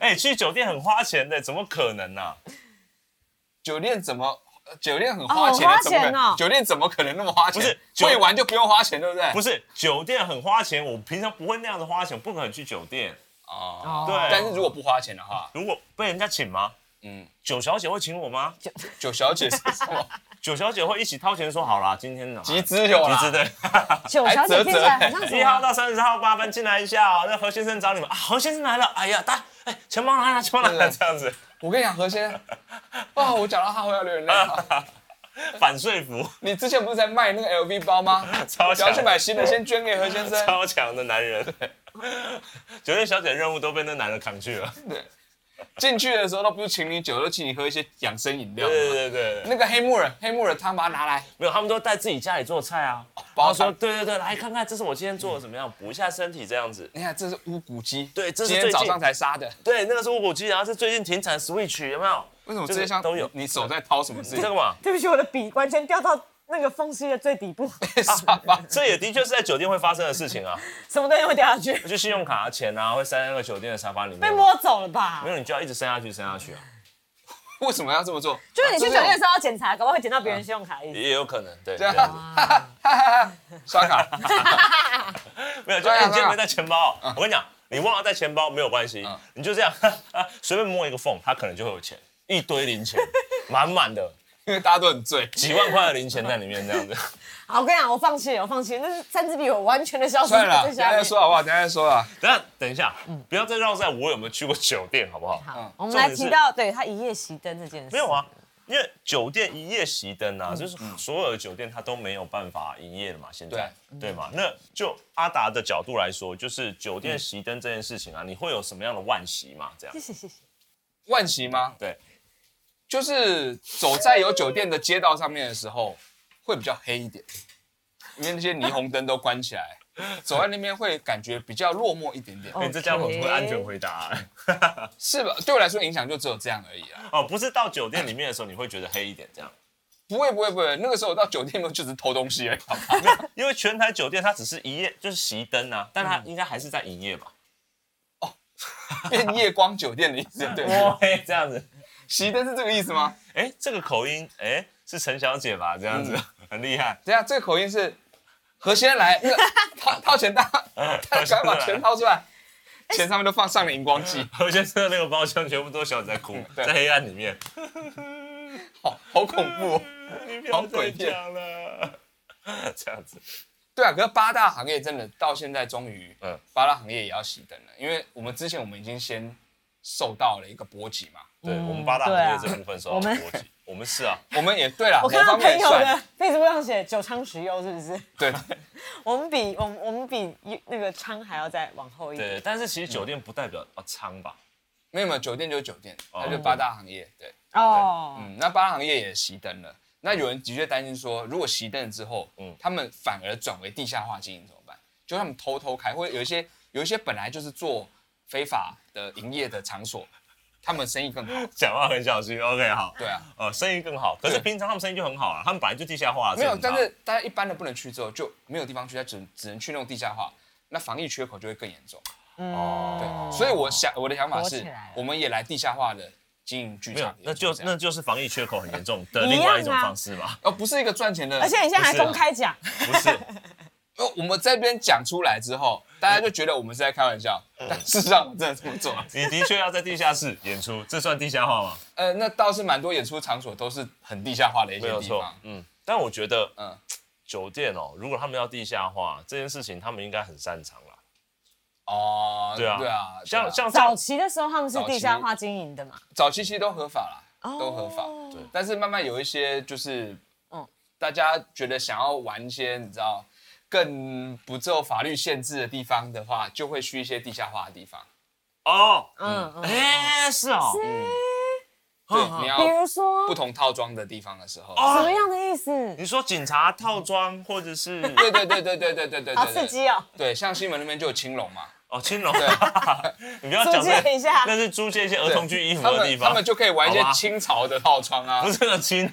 C: 哎、去酒店很花钱的，怎么可能呢、啊？
A: 酒店怎么？呃酒店很花钱的，
B: 哦花
A: 怎么可
B: 钱哦
A: 能？酒店怎么可能那么花钱？
C: 不是酒
A: 会玩就不用花钱，对不对？
C: 不
A: 是
C: 是酒店很花钱，我平常不会那样子花钱，我不可能去酒店。
A: 哦。
C: 嗯对，
A: 但是如果不花钱的话，
C: 如果被人家请吗？
A: 嗯，
C: 九小姐会请我吗？
A: 九小姐是什 么？
C: 九小姐会一起掏钱说好啦，今天呢
A: 集资有啦
C: 集资对，
B: 九小姐听起来好像什
C: 一号
B: 么？
C: 到三十号麻烦进来一下哦。那何先生找你们啊，何先生来了，哎呀，大哎钱包拿拿，钱包拿拿
A: 对对
C: 这样子
A: 我跟你讲，何先生，哇，我讲到他会要流眼泪 啊。
C: 反说服，
A: 你之前不是在卖那个 LV 包吗？
C: 超
A: 只
C: 强
A: 要去买新的，先捐给何先生。
C: 超强的男人。酒店小姐的任务都被那男人扛去了。
A: 进去的时候，他不是请你酒，都请你喝一些养生饮料
C: 对
A: 吗。
C: 对对对对。
A: 那个黑木耳，黑木耳汤把它拿来。
C: 没有，他们都带自己家里做菜啊。然
A: 包
C: 后
A: 菜
C: 说，对对对，来看看，这是我今天做的怎么样，补一下身体这样子。
A: 你看，哎这是乌骨鸡，
C: 对这是
A: 今天
C: 最近
A: 早上才杀的。
C: 对，那个是乌骨鸡，然后是最近停产 Switch 有没有？
A: 为什么这
C: 就是
A: 些箱嗯
C: 都有
A: 你手在掏什么事
C: 这
A: 情
C: 个？嘛，
B: 对不起，我的笔完全掉到那个缝隙的最底部，
A: 沙发
C: 这也的确是在酒店会发生的事情啊，
B: 什么东西会掉下去？
C: 就信用卡啊、钱啊，会塞在那个酒店的沙发里面。
B: 被摸走了吧
C: 没？有，你就要一直塞下去，塞下去啊，
A: 为什么要这么做？
B: 就是你去酒店的
A: 啊
B: 时候要检查，搞不好会捡到别人信用卡的意思。
C: 也有可能，对，
A: 这样
C: 这样子
A: 啊 刷卡，
C: 没有，就
A: 对啊
C: 哎，
A: 对
C: 你今天
A: 啊
C: 没带钱包，我跟你讲，你忘了带钱包没有关系，你就这样 随便摸一个缝，它可能就会有钱，一堆零钱，满满的
A: 因为大家都很醉。
C: 几万块的零钱在里面，这样子。
B: 好，我跟你讲，我放弃了，我放弃了，那是三支笔，我完全的消失
A: 算了，等
B: 在最
A: 一下
B: 下
A: 再
B: 面。
A: 说好不好？等一下再说啊。
C: 等一下，等一下，不要再绕在我有没有去过酒店，好不好？
B: 好
A: 嗯，
B: 我们来
C: 重点是
B: 提到对他一夜熄灯这件事。
C: 没有，啊，因为酒店一夜熄灯啊，就是所有的酒店它都没有办法营业了嘛，现在对嘛？那就阿达的角度来说，就是酒店熄灯这件事情啊，你会有什么样的惋惜嘛？这样
B: 谢谢谢谢。
A: 万喜吗？
C: 对，
A: 就是走在有酒店的街道上面的时候，会比较黑一点，因为那些霓虹灯都关起来，走在那边会感觉比较落寞一点点，
B: 哦
C: 哎，这家伙
B: OK
C: 会安全回答啊
A: 是吧？对我来说影响就只有这样而已啊。
C: 哦，不是到酒店里面的时候你会觉得黑一点这样，
A: 不会不会不会，那个时候我到酒店里面就只是偷东西而已，好吧？
C: 没有因为全台酒店它只是一夜就是熄灯啊，但
B: 嗯
C: 它应该还是在营业吧？
A: 变夜光酒店的意思，对。
C: 哇，嘿哦这样子，
A: 熄灯是这个意思吗？
C: 哎，这个口音，哎，是陈小姐吧？这样子
B: 嗯
C: 很厉害。
A: 等一下，这个口音是何先来， 那个掏掏钱大，他赶快把钱 掏出来，钱上面都放上了荧光剂，
C: 何先生的那个包厢全部都小仔
B: 嗯
C: 哭，
A: 对
C: 在黑暗里面。
A: 好好恐怖 哦、
C: 你不
A: 要再讲
C: 了， 这样子。
A: 对啊，可是八大行业真的到现在终于，
C: 嗯
A: 嗯，八大行业也要熄灯了，因为我们之前我们已经先受到了一个波及嘛，
C: 对
B: 嗯
C: 我们八大行业
B: 对啊
C: 这部分受到
B: 我们
C: 波及，我们是啊，
A: 我们也对啦，
B: 我看到
A: 某方面
B: 朋
A: 也
B: 友
A: 算
B: 的 Facebook 上写九昌十优，是不是？
A: 对，
B: 我们比我们我们比那个昌还要再往后一点。
C: 对。但是其实酒店不代表啊仓吧，
A: 没有没有，酒店就是酒店，
C: 哦
A: 它就八大行业，对，
B: 哦，
A: 嗯，那八大行业也熄灯了，那有人的确担心说，如果熄灯了之后，
C: 嗯
A: 嗯，他们反而转为地下化经营怎么办？就他们偷偷开，或者有一些有一些本来就是做非法的营业的场所，他们生意更好，
C: 讲话很小心。OK，好。
A: 对啊。
C: 呃，生意更好，可是
A: 对
C: 平常他们生意就很好啊，他们本来就地下化了。
A: 没有，
C: 这很
A: 但
C: 好
A: 是大家一般的不能去之后，就没有地方去，他只能只能去那种地下化，那防疫缺口就会更严重。
B: 哦，
A: 对，所以我想我的想法
B: 躲
A: 是
B: 起来了，
A: 我们也来地下化的经营剧
C: 没有
A: 场，，
C: 那就
A: 这样
C: 那就是防疫缺口很严重 的
B: 一样啊
C: 另外一种方式嘛，
A: 呃不是一个赚钱的，
B: 而且你现在还公开讲，
C: 不是？
A: 因为我们这边讲出来之后，大家就觉得我们是在开玩笑，
C: 嗯
A: 但事实上我们真的这么做。
C: 你的确要在地下室演出，这算地下化吗？
A: 呃，那倒是蛮多演出场所都是很地下化的一
C: 没
A: 些
C: 有
A: 地
C: 错
A: 方，，
C: 嗯，但我觉得
A: 嗯，
C: 酒店哦，如果他们要地下化这件事情，他们应该很擅长啦。
A: 哦，
C: 对啊，
A: 对啊，
C: 像像这
B: 早
C: 样，
B: 期的时候他们是地下化经营的嘛，
A: 早期其实都合法啦，
B: 哦
A: 都合法，
C: 对
A: 但是慢慢有一些就是，
B: 嗯
A: 嗯，大家觉得想要玩一些你知道更不受法律限制的地方的话，就会去一些地下化的地方。
C: 哦，
B: 嗯嗯，
C: 哎，是哦，
A: 对，你要
B: 嗯比如说
A: 不同套装的地方的时候，
B: 什么样的意思？
C: 你说警察套装或者是
A: 对对对对对对对对
B: 好
A: 对，
B: 刺激哦！
A: 对，像西门那边就有青龙嘛，
C: 哦青龙
A: 对，
C: 你不要讲这
B: 租借一下
C: 那是租借一些儿
A: 对
C: 童区衣服
A: 他
C: 的
A: 们
C: 地方，
A: 他们就可以玩一些
C: 好吧
A: 清朝的套装啊
C: 不，是那青，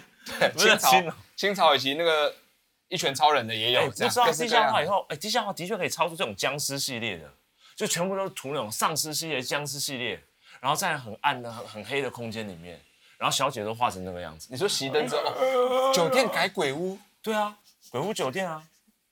C: 不是
A: 清朝
C: 青龙。
A: 清朝以及那个一拳超人的也
C: 哎，
A: 有，
C: 不
A: 哦这
C: 知
A: 样
C: 道
A: 各式
C: 地
A: 各
C: 下
A: 样
C: 化以
A: 的。
C: 后，哎，地下化的确可以超出这种僵尸系列的，就全部都是涂那种丧尸系列、僵尸系列，然后在很暗的、很很黑的空间里面，然后小姐都画成那个样子。
A: 你说熄灯之后，哦酒店改鬼屋，
C: 对啊，鬼屋酒店啊，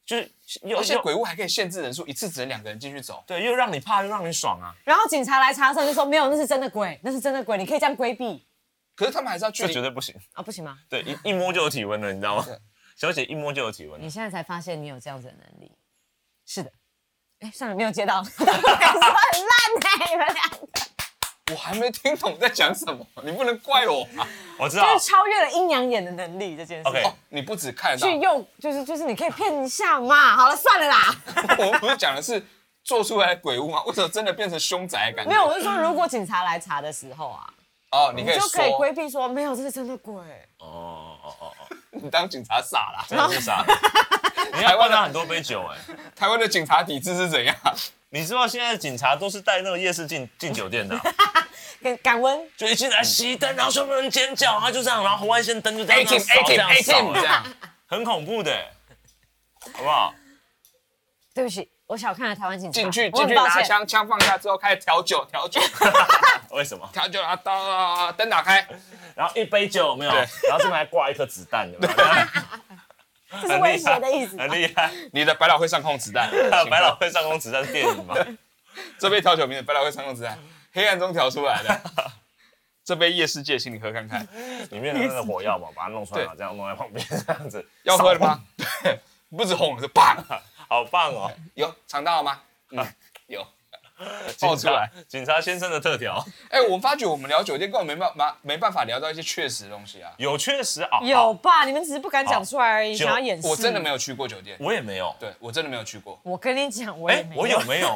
C: 就是又
A: 而且
C: 又
A: 鬼屋还可以限制人数，一次只能两个人进去走。
C: 对，又让你怕，又让你爽啊，
B: 然后警察来查的时候就说没有，那是真的鬼，那是真的鬼，你可以这样规避
A: 可是他们还是要距
C: 这
A: 离
C: 绝对不行。
B: 啊，不行吗？
C: 对，一一摸就有体温了，你知道吗
A: 对？
C: 小姐一摸就有体温了
B: 你。现在才发现你有这样子的能力，是的。哎，算了，没有接到， 感觉很烂哎、你们俩
A: 我还没听懂在讲什么， 你不能怪我啊、
C: 我知道
B: 就是超越了阴阳眼的能力这件事。
C: ，OK，
A: 哦，你不只看得
B: 去
A: 到，
B: 用就是就是你可以骗一下嘛，好了，算了啦。
A: 我们不是讲的是做出来的鬼屋吗？为什么真的变成凶宅的感觉？
B: 没有，我是说如果警察来查的时候啊，
A: 哦，你
B: 你
A: 可以
B: 就可以
A: 说
B: 规避说没有，这是真的鬼。
C: 哦哦哦哦哦，
A: 你当警察傻啦。
C: 真的 是傻。你要灌他很多杯酒哎、
A: 台湾的警察体制是怎样？
C: 你知道现在警察都是带那个夜视镜进酒店的啊、
B: 感感温，
C: 就一进来熄灯，然后全部人尖叫，然后就这样，然后红外线灯就这
A: A
C: 样
A: team
C: 这样
A: A team
C: 扫这样
A: A
C: 扫
A: team 这样，
C: 很恐怖的，欸好不好？
B: 对不起，我小看了台湾警察。
A: 进去
B: 我
A: 进
B: 很
A: 去
B: 抱
A: 拿
B: 歉，
A: 枪，枪放下之后开始调酒，调酒，
C: 为什么？
A: 调酒啊，刀啊，灯打开，
C: 然后一杯酒有没有？
A: 对
C: 然后这边还挂一颗子弹，有没有？
B: 这是威胁的意思。
C: 很厉害。，
A: 你的百老汇上空子弹
C: 百老汇上空子弹是电影嘛？
A: 这杯调酒名的百老汇上空子弹，黑暗中调出来的。 这杯夜世界，请你喝看看，
C: 里面的那个火药嘛，把它弄出来嘛，
A: 对
C: 这样弄在旁边，这样子。
A: 要喝了吗？对， 不止红是棒，
C: 好 棒哦！
A: 有尝到了吗？嗯，有，爆出来。
C: 警察，警察先生的特调
A: 哎、我发觉我们聊酒店根本没办法没办法聊到一些确实的东西啊。
C: 有确实啊，
B: 有
C: 啊
B: 吧？你们只是不敢讲出来而已，
C: 就
B: 想要掩饰。
A: 我真的没，有去过酒店，
C: 我也没有。
A: 对我真的没有去过。
B: 我跟你讲，我也
C: 哎
B: 没，
C: 我有没有？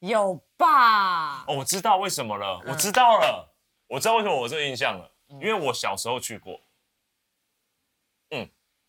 B: 有吧？
C: 哦，我知道为什么了，
B: 嗯
C: 我知道了，我知道为什么我有这个印象了，因为我小时候去过，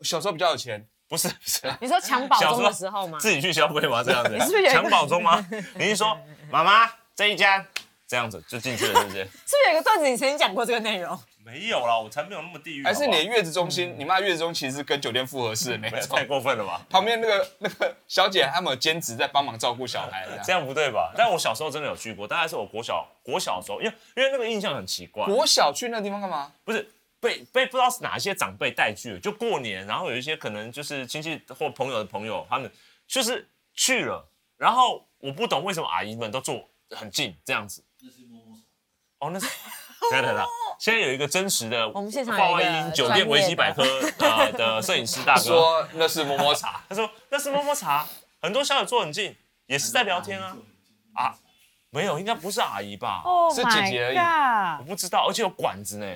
A: 小时候比较有钱，
C: 不是不是。
B: 你说襁褓中的时候吗？
C: 自己去消费吗？这样子
B: 是不是有，一个
C: 襁褓 中吗？你是说妈妈这一家这样子就进去了，是不 是？
B: 是不是有一个段子你曾经讲过这个内容？
C: 没有啦，我才没有那啊么地狱。
A: 还是
C: 好不
A: 你的
C: 好
A: 月子中心？你妈月子中心是跟酒店复合式的那
C: 没有
A: 种
C: 太，过分了吧？
A: 旁边那个那个小姐他们有兼职在帮忙照顾小孩这样
C: 这。样不对吧？但我小时候真的有去过，大概是我国小国小的时候，因为因为那个印象很奇怪，
A: 国小去那地方干嘛？
C: 不是被被不知道是哪一些长辈带去了，就过年，然后有一些可能就是亲戚或朋友的朋友，他们就是去了，然后我不懂为什么阿姨们都坐很近这样子。哦，那是等 等等等，现在有一个真实的，
B: 我们现场有一
C: 话
B: 个
C: 外音酒店维基百 科呃的摄影师大哥，
A: 说那是摸摸茶，
C: 他说那是摸摸茶，很多小姐坐很近，也是在聊天啊啊，没有，应该不是阿姨吧？
B: Oh
A: 是姐姐而已
B: my
C: 我
B: god！
C: 不知道，而且有管子呢，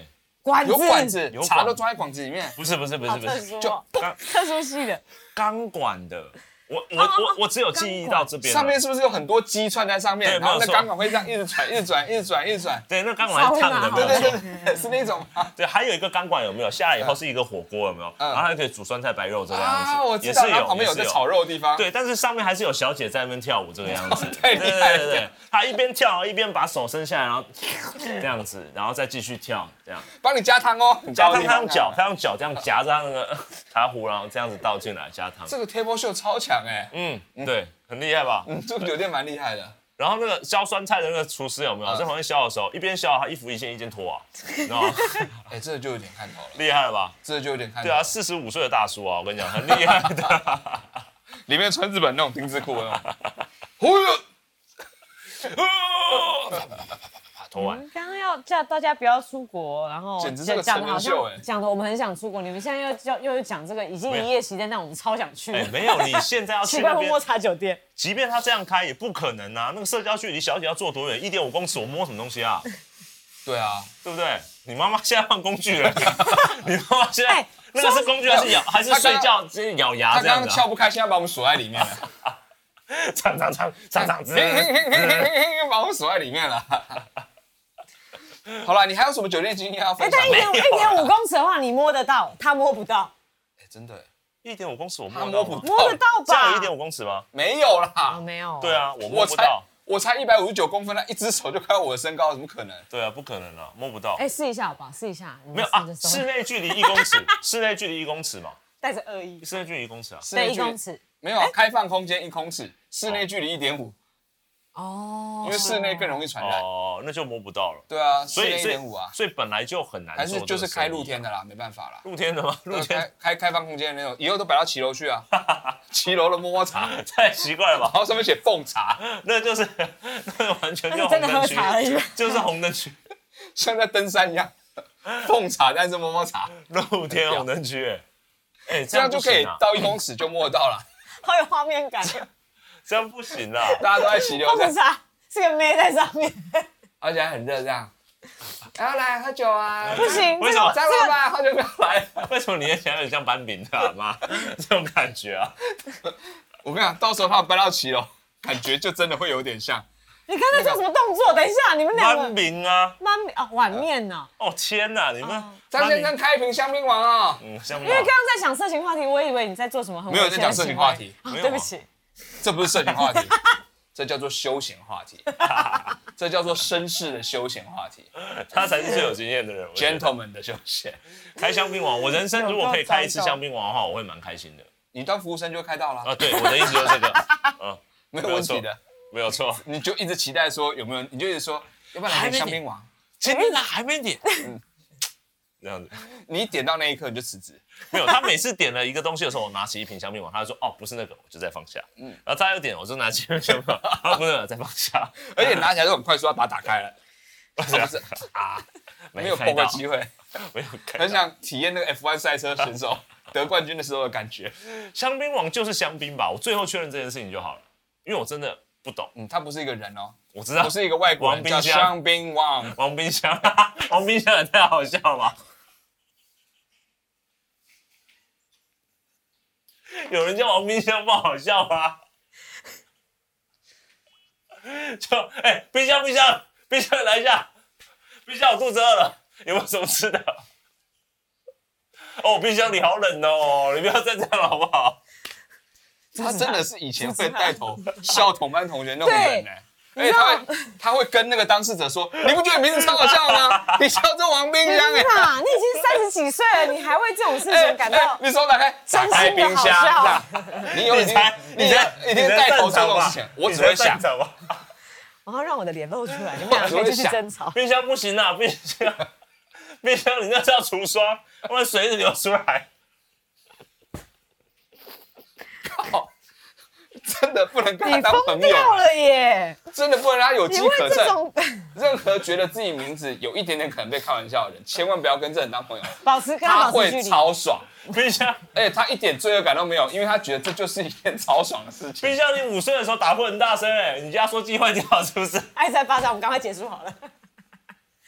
B: 管子，
A: 有管子
C: 有，管
A: 茶都装在管子里面。
C: 不是不是不是
B: 好
C: 不
B: 特
C: 是，
B: 殊
A: 就
B: 哦，
C: 刚
B: 特殊系的。
C: 钢管的，我我我我只有记忆到这边了啊
A: 上面是不是有很多鸡串在上
C: 对
A: 面？然后
C: 没有
A: 那
C: 错
A: 钢管会这样一直转，一直转，一直转，一直转。
C: 对，那钢管是烫的，没
B: 对
A: 对
C: 有
A: 对
C: 错。
A: 对对，是那种吗？
C: 对，还有一个钢管有没有？下来以后是一个火锅有没有？
A: 嗯
C: 然后还可以煮酸菜白肉这个样子，
A: 啊，我知
C: 也
A: 道，
C: 是
A: 然
C: 有，
A: 后旁边有
C: 也
A: 在
C: 是
A: 炒肉的地方。
C: 对，但是上面还是有小姐在那边跳舞这个 样子，
A: 太
C: 对
A: 厉
C: 对
A: 害
C: 对
A: 了
C: 对对，她一边跳一边把手伸下来，然后 这样子，然后再继续跳，这样。
A: 帮你加汤哦，
C: 加汤，她用脚，。她用脚这样夹着她那个 茶壶，然后这样子倒进来加汤。
A: 这个 table show 超强哎、
C: 嗯，对，很厉害吧？
A: 嗯，这个酒店蛮厉害的。
C: 然后那个削酸菜的那个厨师有没有在旁边削的时候，一边削他衣服一件一件脱啊，然 后
A: 哎、这个就有点看头了，
C: 厉害了吧？
A: 这个就有点看头。
C: 对啊，，四十五岁的大叔啊，我跟你讲，很厉 害的。
A: 里面穿日本那种丁字裤那种。忽悠，
C: 脱完，
B: 刚刚要叫大家不要出国，然后
A: 简直是个
B: 讲的好
A: 成人秀哎
B: 像讲的我们很想出国，你们现在又叫又又讲这个已经一夜熄灯，但我们超想去。
C: 哎，没有，你现在 要
B: 奇
C: 去
B: 怪，
C: 那
B: 会
C: 边
B: 摸，茶酒店，
C: 即便他这样开也不可能啊。那个社交距离小姐要坐多远？一点五公尺，我摸什么东西啊？
A: 对啊，
C: 对不对？你妈妈现在换工具了， 你妈妈现在
B: 哎
C: 那个是工具还是咬还是
A: 她刚
C: 睡觉直接咬牙
A: 他
C: 这
A: 刚
C: 样
A: 刚
C: 子啊？
A: 撬不开，现在把我们锁在里面了，
C: 长长长长长
A: 哎嘿嘿嘿嘿嘿嘿嘿把我们锁在里面了。好了，你还有什么酒店经验要
B: 哎，
A: 分享
B: 他一
A: 吗？
B: 点
C: 没有
B: 一点五公尺的话，你摸得到，他摸不到，
A: 哎真的，
C: 一点五公尺我
A: 他
C: 摸
A: 摸
C: 到
A: 不
C: 吗？
B: 摸得到
C: 这样
B: 吧？
C: 哦有一点五公尺吗？
A: 没有
B: 哦
A: 啦，
B: 没有。
C: 对，啊，我摸
A: 我
C: 不
A: 才
C: 到。
A: 我才一百五十九公分，那一只手就快我的身高，怎么可能？
C: 对啊，不可能啊，摸不到。
B: 哎，试一下好不好？试一下，你们
C: 没有
B: 试
C: 啊
B: 着，松
C: 室内距离一公尺， 室内距离一公尺嘛，
B: 带着恶意，
C: 室内距离一公尺啊。
A: 室内
B: 对，一
A: 距离
B: 公尺。
A: 没有啊，开放空间一公尺，室内距离一点五，
B: 哦，
A: 因为室内更容易传染。
C: 哦，那就摸不到了。
A: 对啊，室
C: 所以
A: 内一
C: 所以
A: 点五啊，
C: 所以本来就很难
A: 还
C: 做
A: 是
C: 这
A: 就
C: 个生意啊。
A: 是开露天的啦，没办法啦。
C: 露天 的吗？露天
A: 开开开放空间的那种，以后都摆到骑楼去啊，骑楼的摸摸茶，然
C: 太奇怪了吧？
A: 后上面写奉茶，
C: 那就是 那完全
B: 那
C: 就是红
B: 真的
C: 灯
B: 喝茶而
C: 区，
B: 已吧。
C: 就是红灯区，
A: 像在登山一 样，奉茶但是摸摸茶，
C: 露 天红灯区。哎哎，
A: 这
C: 这
A: 样
C: 样
A: 就
C: 不
A: 可以
C: 行啊！
A: 到一公尺就摸得 到了。
B: 好有画面感。
C: 这样不行啊！
A: 大家都在骑楼
B: 泡
A: 这样
B: 不，茶是个妹在上面，
A: 而且还很热这样。然后来喝酒啊，
B: 不行，
C: 为什么
B: 这
A: 张
B: 个
A: 老板好久没有来了。
C: 为什么你也想很像搬饼的阿妈 这种感觉啊？
A: 我跟你讲，到时候他们搬到骑楼，感觉就真的会有点像。
B: 你刚才做什么动作？等一下，你们两
C: 搬
B: 个
C: 饼啊！
B: 妈咪啊，碗面呢？
C: 哦天哪，你们
A: 张先生开一瓶香槟王啊、
C: 嗯，像
B: 因为刚刚在讲色情话题，我以为你在做什么很
A: 没有
B: 危险
A: 在讲
B: 的
A: 色情
B: 行
A: 话
B: 为
A: 题
B: 啊
C: 没有
B: 对不
C: 啊
B: 起，
A: 这不是色情话 题，这叫做休闲话题， 这叫做绅士的休闲话题
C: 他才是最有经验的人。我觉得
A: ，gentleman 的休闲。
C: 开香槟王，我人生如果可以开一次香槟王的话，我会蛮开心的。
A: 你当服务生就开到了
C: 啊，，对，我的意思就是这个， 嗯，
A: 没有问题的。
C: 没有错。
A: 你就一直期待说有没有，你就一直说，要不然来瓶香槟王。
C: 前面呢还没点，这样子
A: 你一点到那一刻你就辞职，
C: 没有。他每次点了一个东西的时候，我拿起一瓶香槟王，他就说哦不是那个，我就再放下。嗯，然后再有点，我就拿起一瓶香槟王，啊 不是那个再放下，
A: 而且拿起来都很快速要把它打开了，
C: 是啊
A: 是啊，没
C: 没
A: 有
C: 开
A: 碰
C: 到
A: 过，机会。
C: 没有开
A: 很
C: 到。
A: 想体验那个 F1 赛车选 手得冠军的时候的感觉。
C: 香槟王就是香槟吧，我最后确认这件事情就好了，因为我真的不懂，
A: 嗯，他不是一个人 哦，
C: 我知道
A: 不。是一个外国人，
C: 王冰
A: 叫
C: 箱
A: 香槟 王。
C: 王冰箱， 王冰箱也太好笑了吧。有人叫王冰箱不好笑吗？就哎、冰箱冰箱冰箱来一下，冰箱我肚子饿了，有没有什么吃的？哦，冰箱你好冷哦，你不要再这样了好不好？
A: 他真的是以前会带头笑同班同学那种人呢、而
B: 啊你
A: 且
B: 知
A: 他
B: 道
A: 会他会跟那个当事者说：“你不觉得名字超好笑吗？ 你笑这王冰
B: 天
A: 箱哎、
B: 哪，你已经三十几岁了，你还为这种事
A: 哎，
B: 情感 到
A: 哎你手打开，
B: 真
A: 打
B: 心的
A: 开冰箱，这
B: 好笑啊
A: 样你有已经你在已经带头做这种事情，我只会想，
C: 吧。
B: 然后让我的脸露出来，你们两
A: 我
B: 个
A: 就
B: 就去
A: 想
B: 争吵。
C: 冰箱不行啊，冰箱，冰箱你那是要除霜，不然水一直流出来。
A: 真的不能跟 他
B: 你
A: 当
B: 疯
A: 朋友，啊
B: 掉了耶！
A: 真的不能让他有
B: 你
A: 机
B: 为
A: 可
B: 这
A: 乘。
B: 种
A: 任何觉得自己名字有一点点可能被开玩笑的人，千万不要跟这人当朋友，
B: 保持跟
A: 他
B: 他保持距
A: 会
B: 离，
A: 超爽，
C: 冰箱，
A: 而且他一点罪恶感都没有，因为他觉得这就是一件超爽的事 情。
C: 冰箱，你五岁的时候打呼很大声哎、你家说机坏掉是不是？
B: 爱在巴掌，我们赶快结束好了，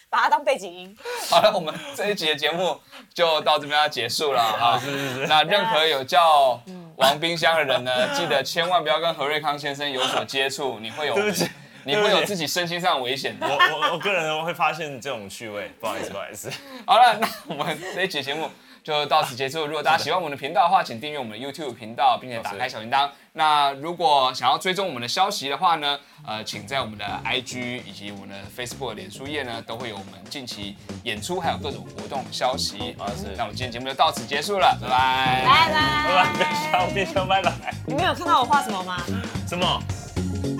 B: 把它当背 景音。
A: 好了，我们这一集的节目就到这边要结束 了啊！
C: 是是是，
A: 那任何有叫王冰箱的人
B: 嗯
A: 呢，记得千万不要跟何瑞康先生有所接触，你会 有
C: 对不起
A: 你会有
C: 对不起
A: 自己身心上危险的。
C: 我我我个人会发现这种趣味，不好意思不好意思，
A: 好了，那我们这一期节目就到此结束。如果大家喜欢我们的频道的话，请订阅我们的 YouTube 频道，并且打开小铃铛。那如果想要追踪我们的消息的话呢，呃，请在我们的 IG 以及我们的 Facebook 脸书页呢，都会有我们近期演出还有各种活动的消息。
C: 啊是
A: 那我们今天节目就到此结束了，拜拜。
B: 拜
C: 拜
B: 拜。
C: 拜，冰箱冰箱拜拜，
B: 你们有看到我画什么吗？
C: 什么？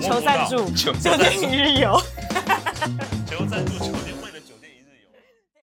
C: 摸
B: 求
C: 不到
B: 赞助，
A: 求
B: 这电影日游。
C: 求赞助，求赞助。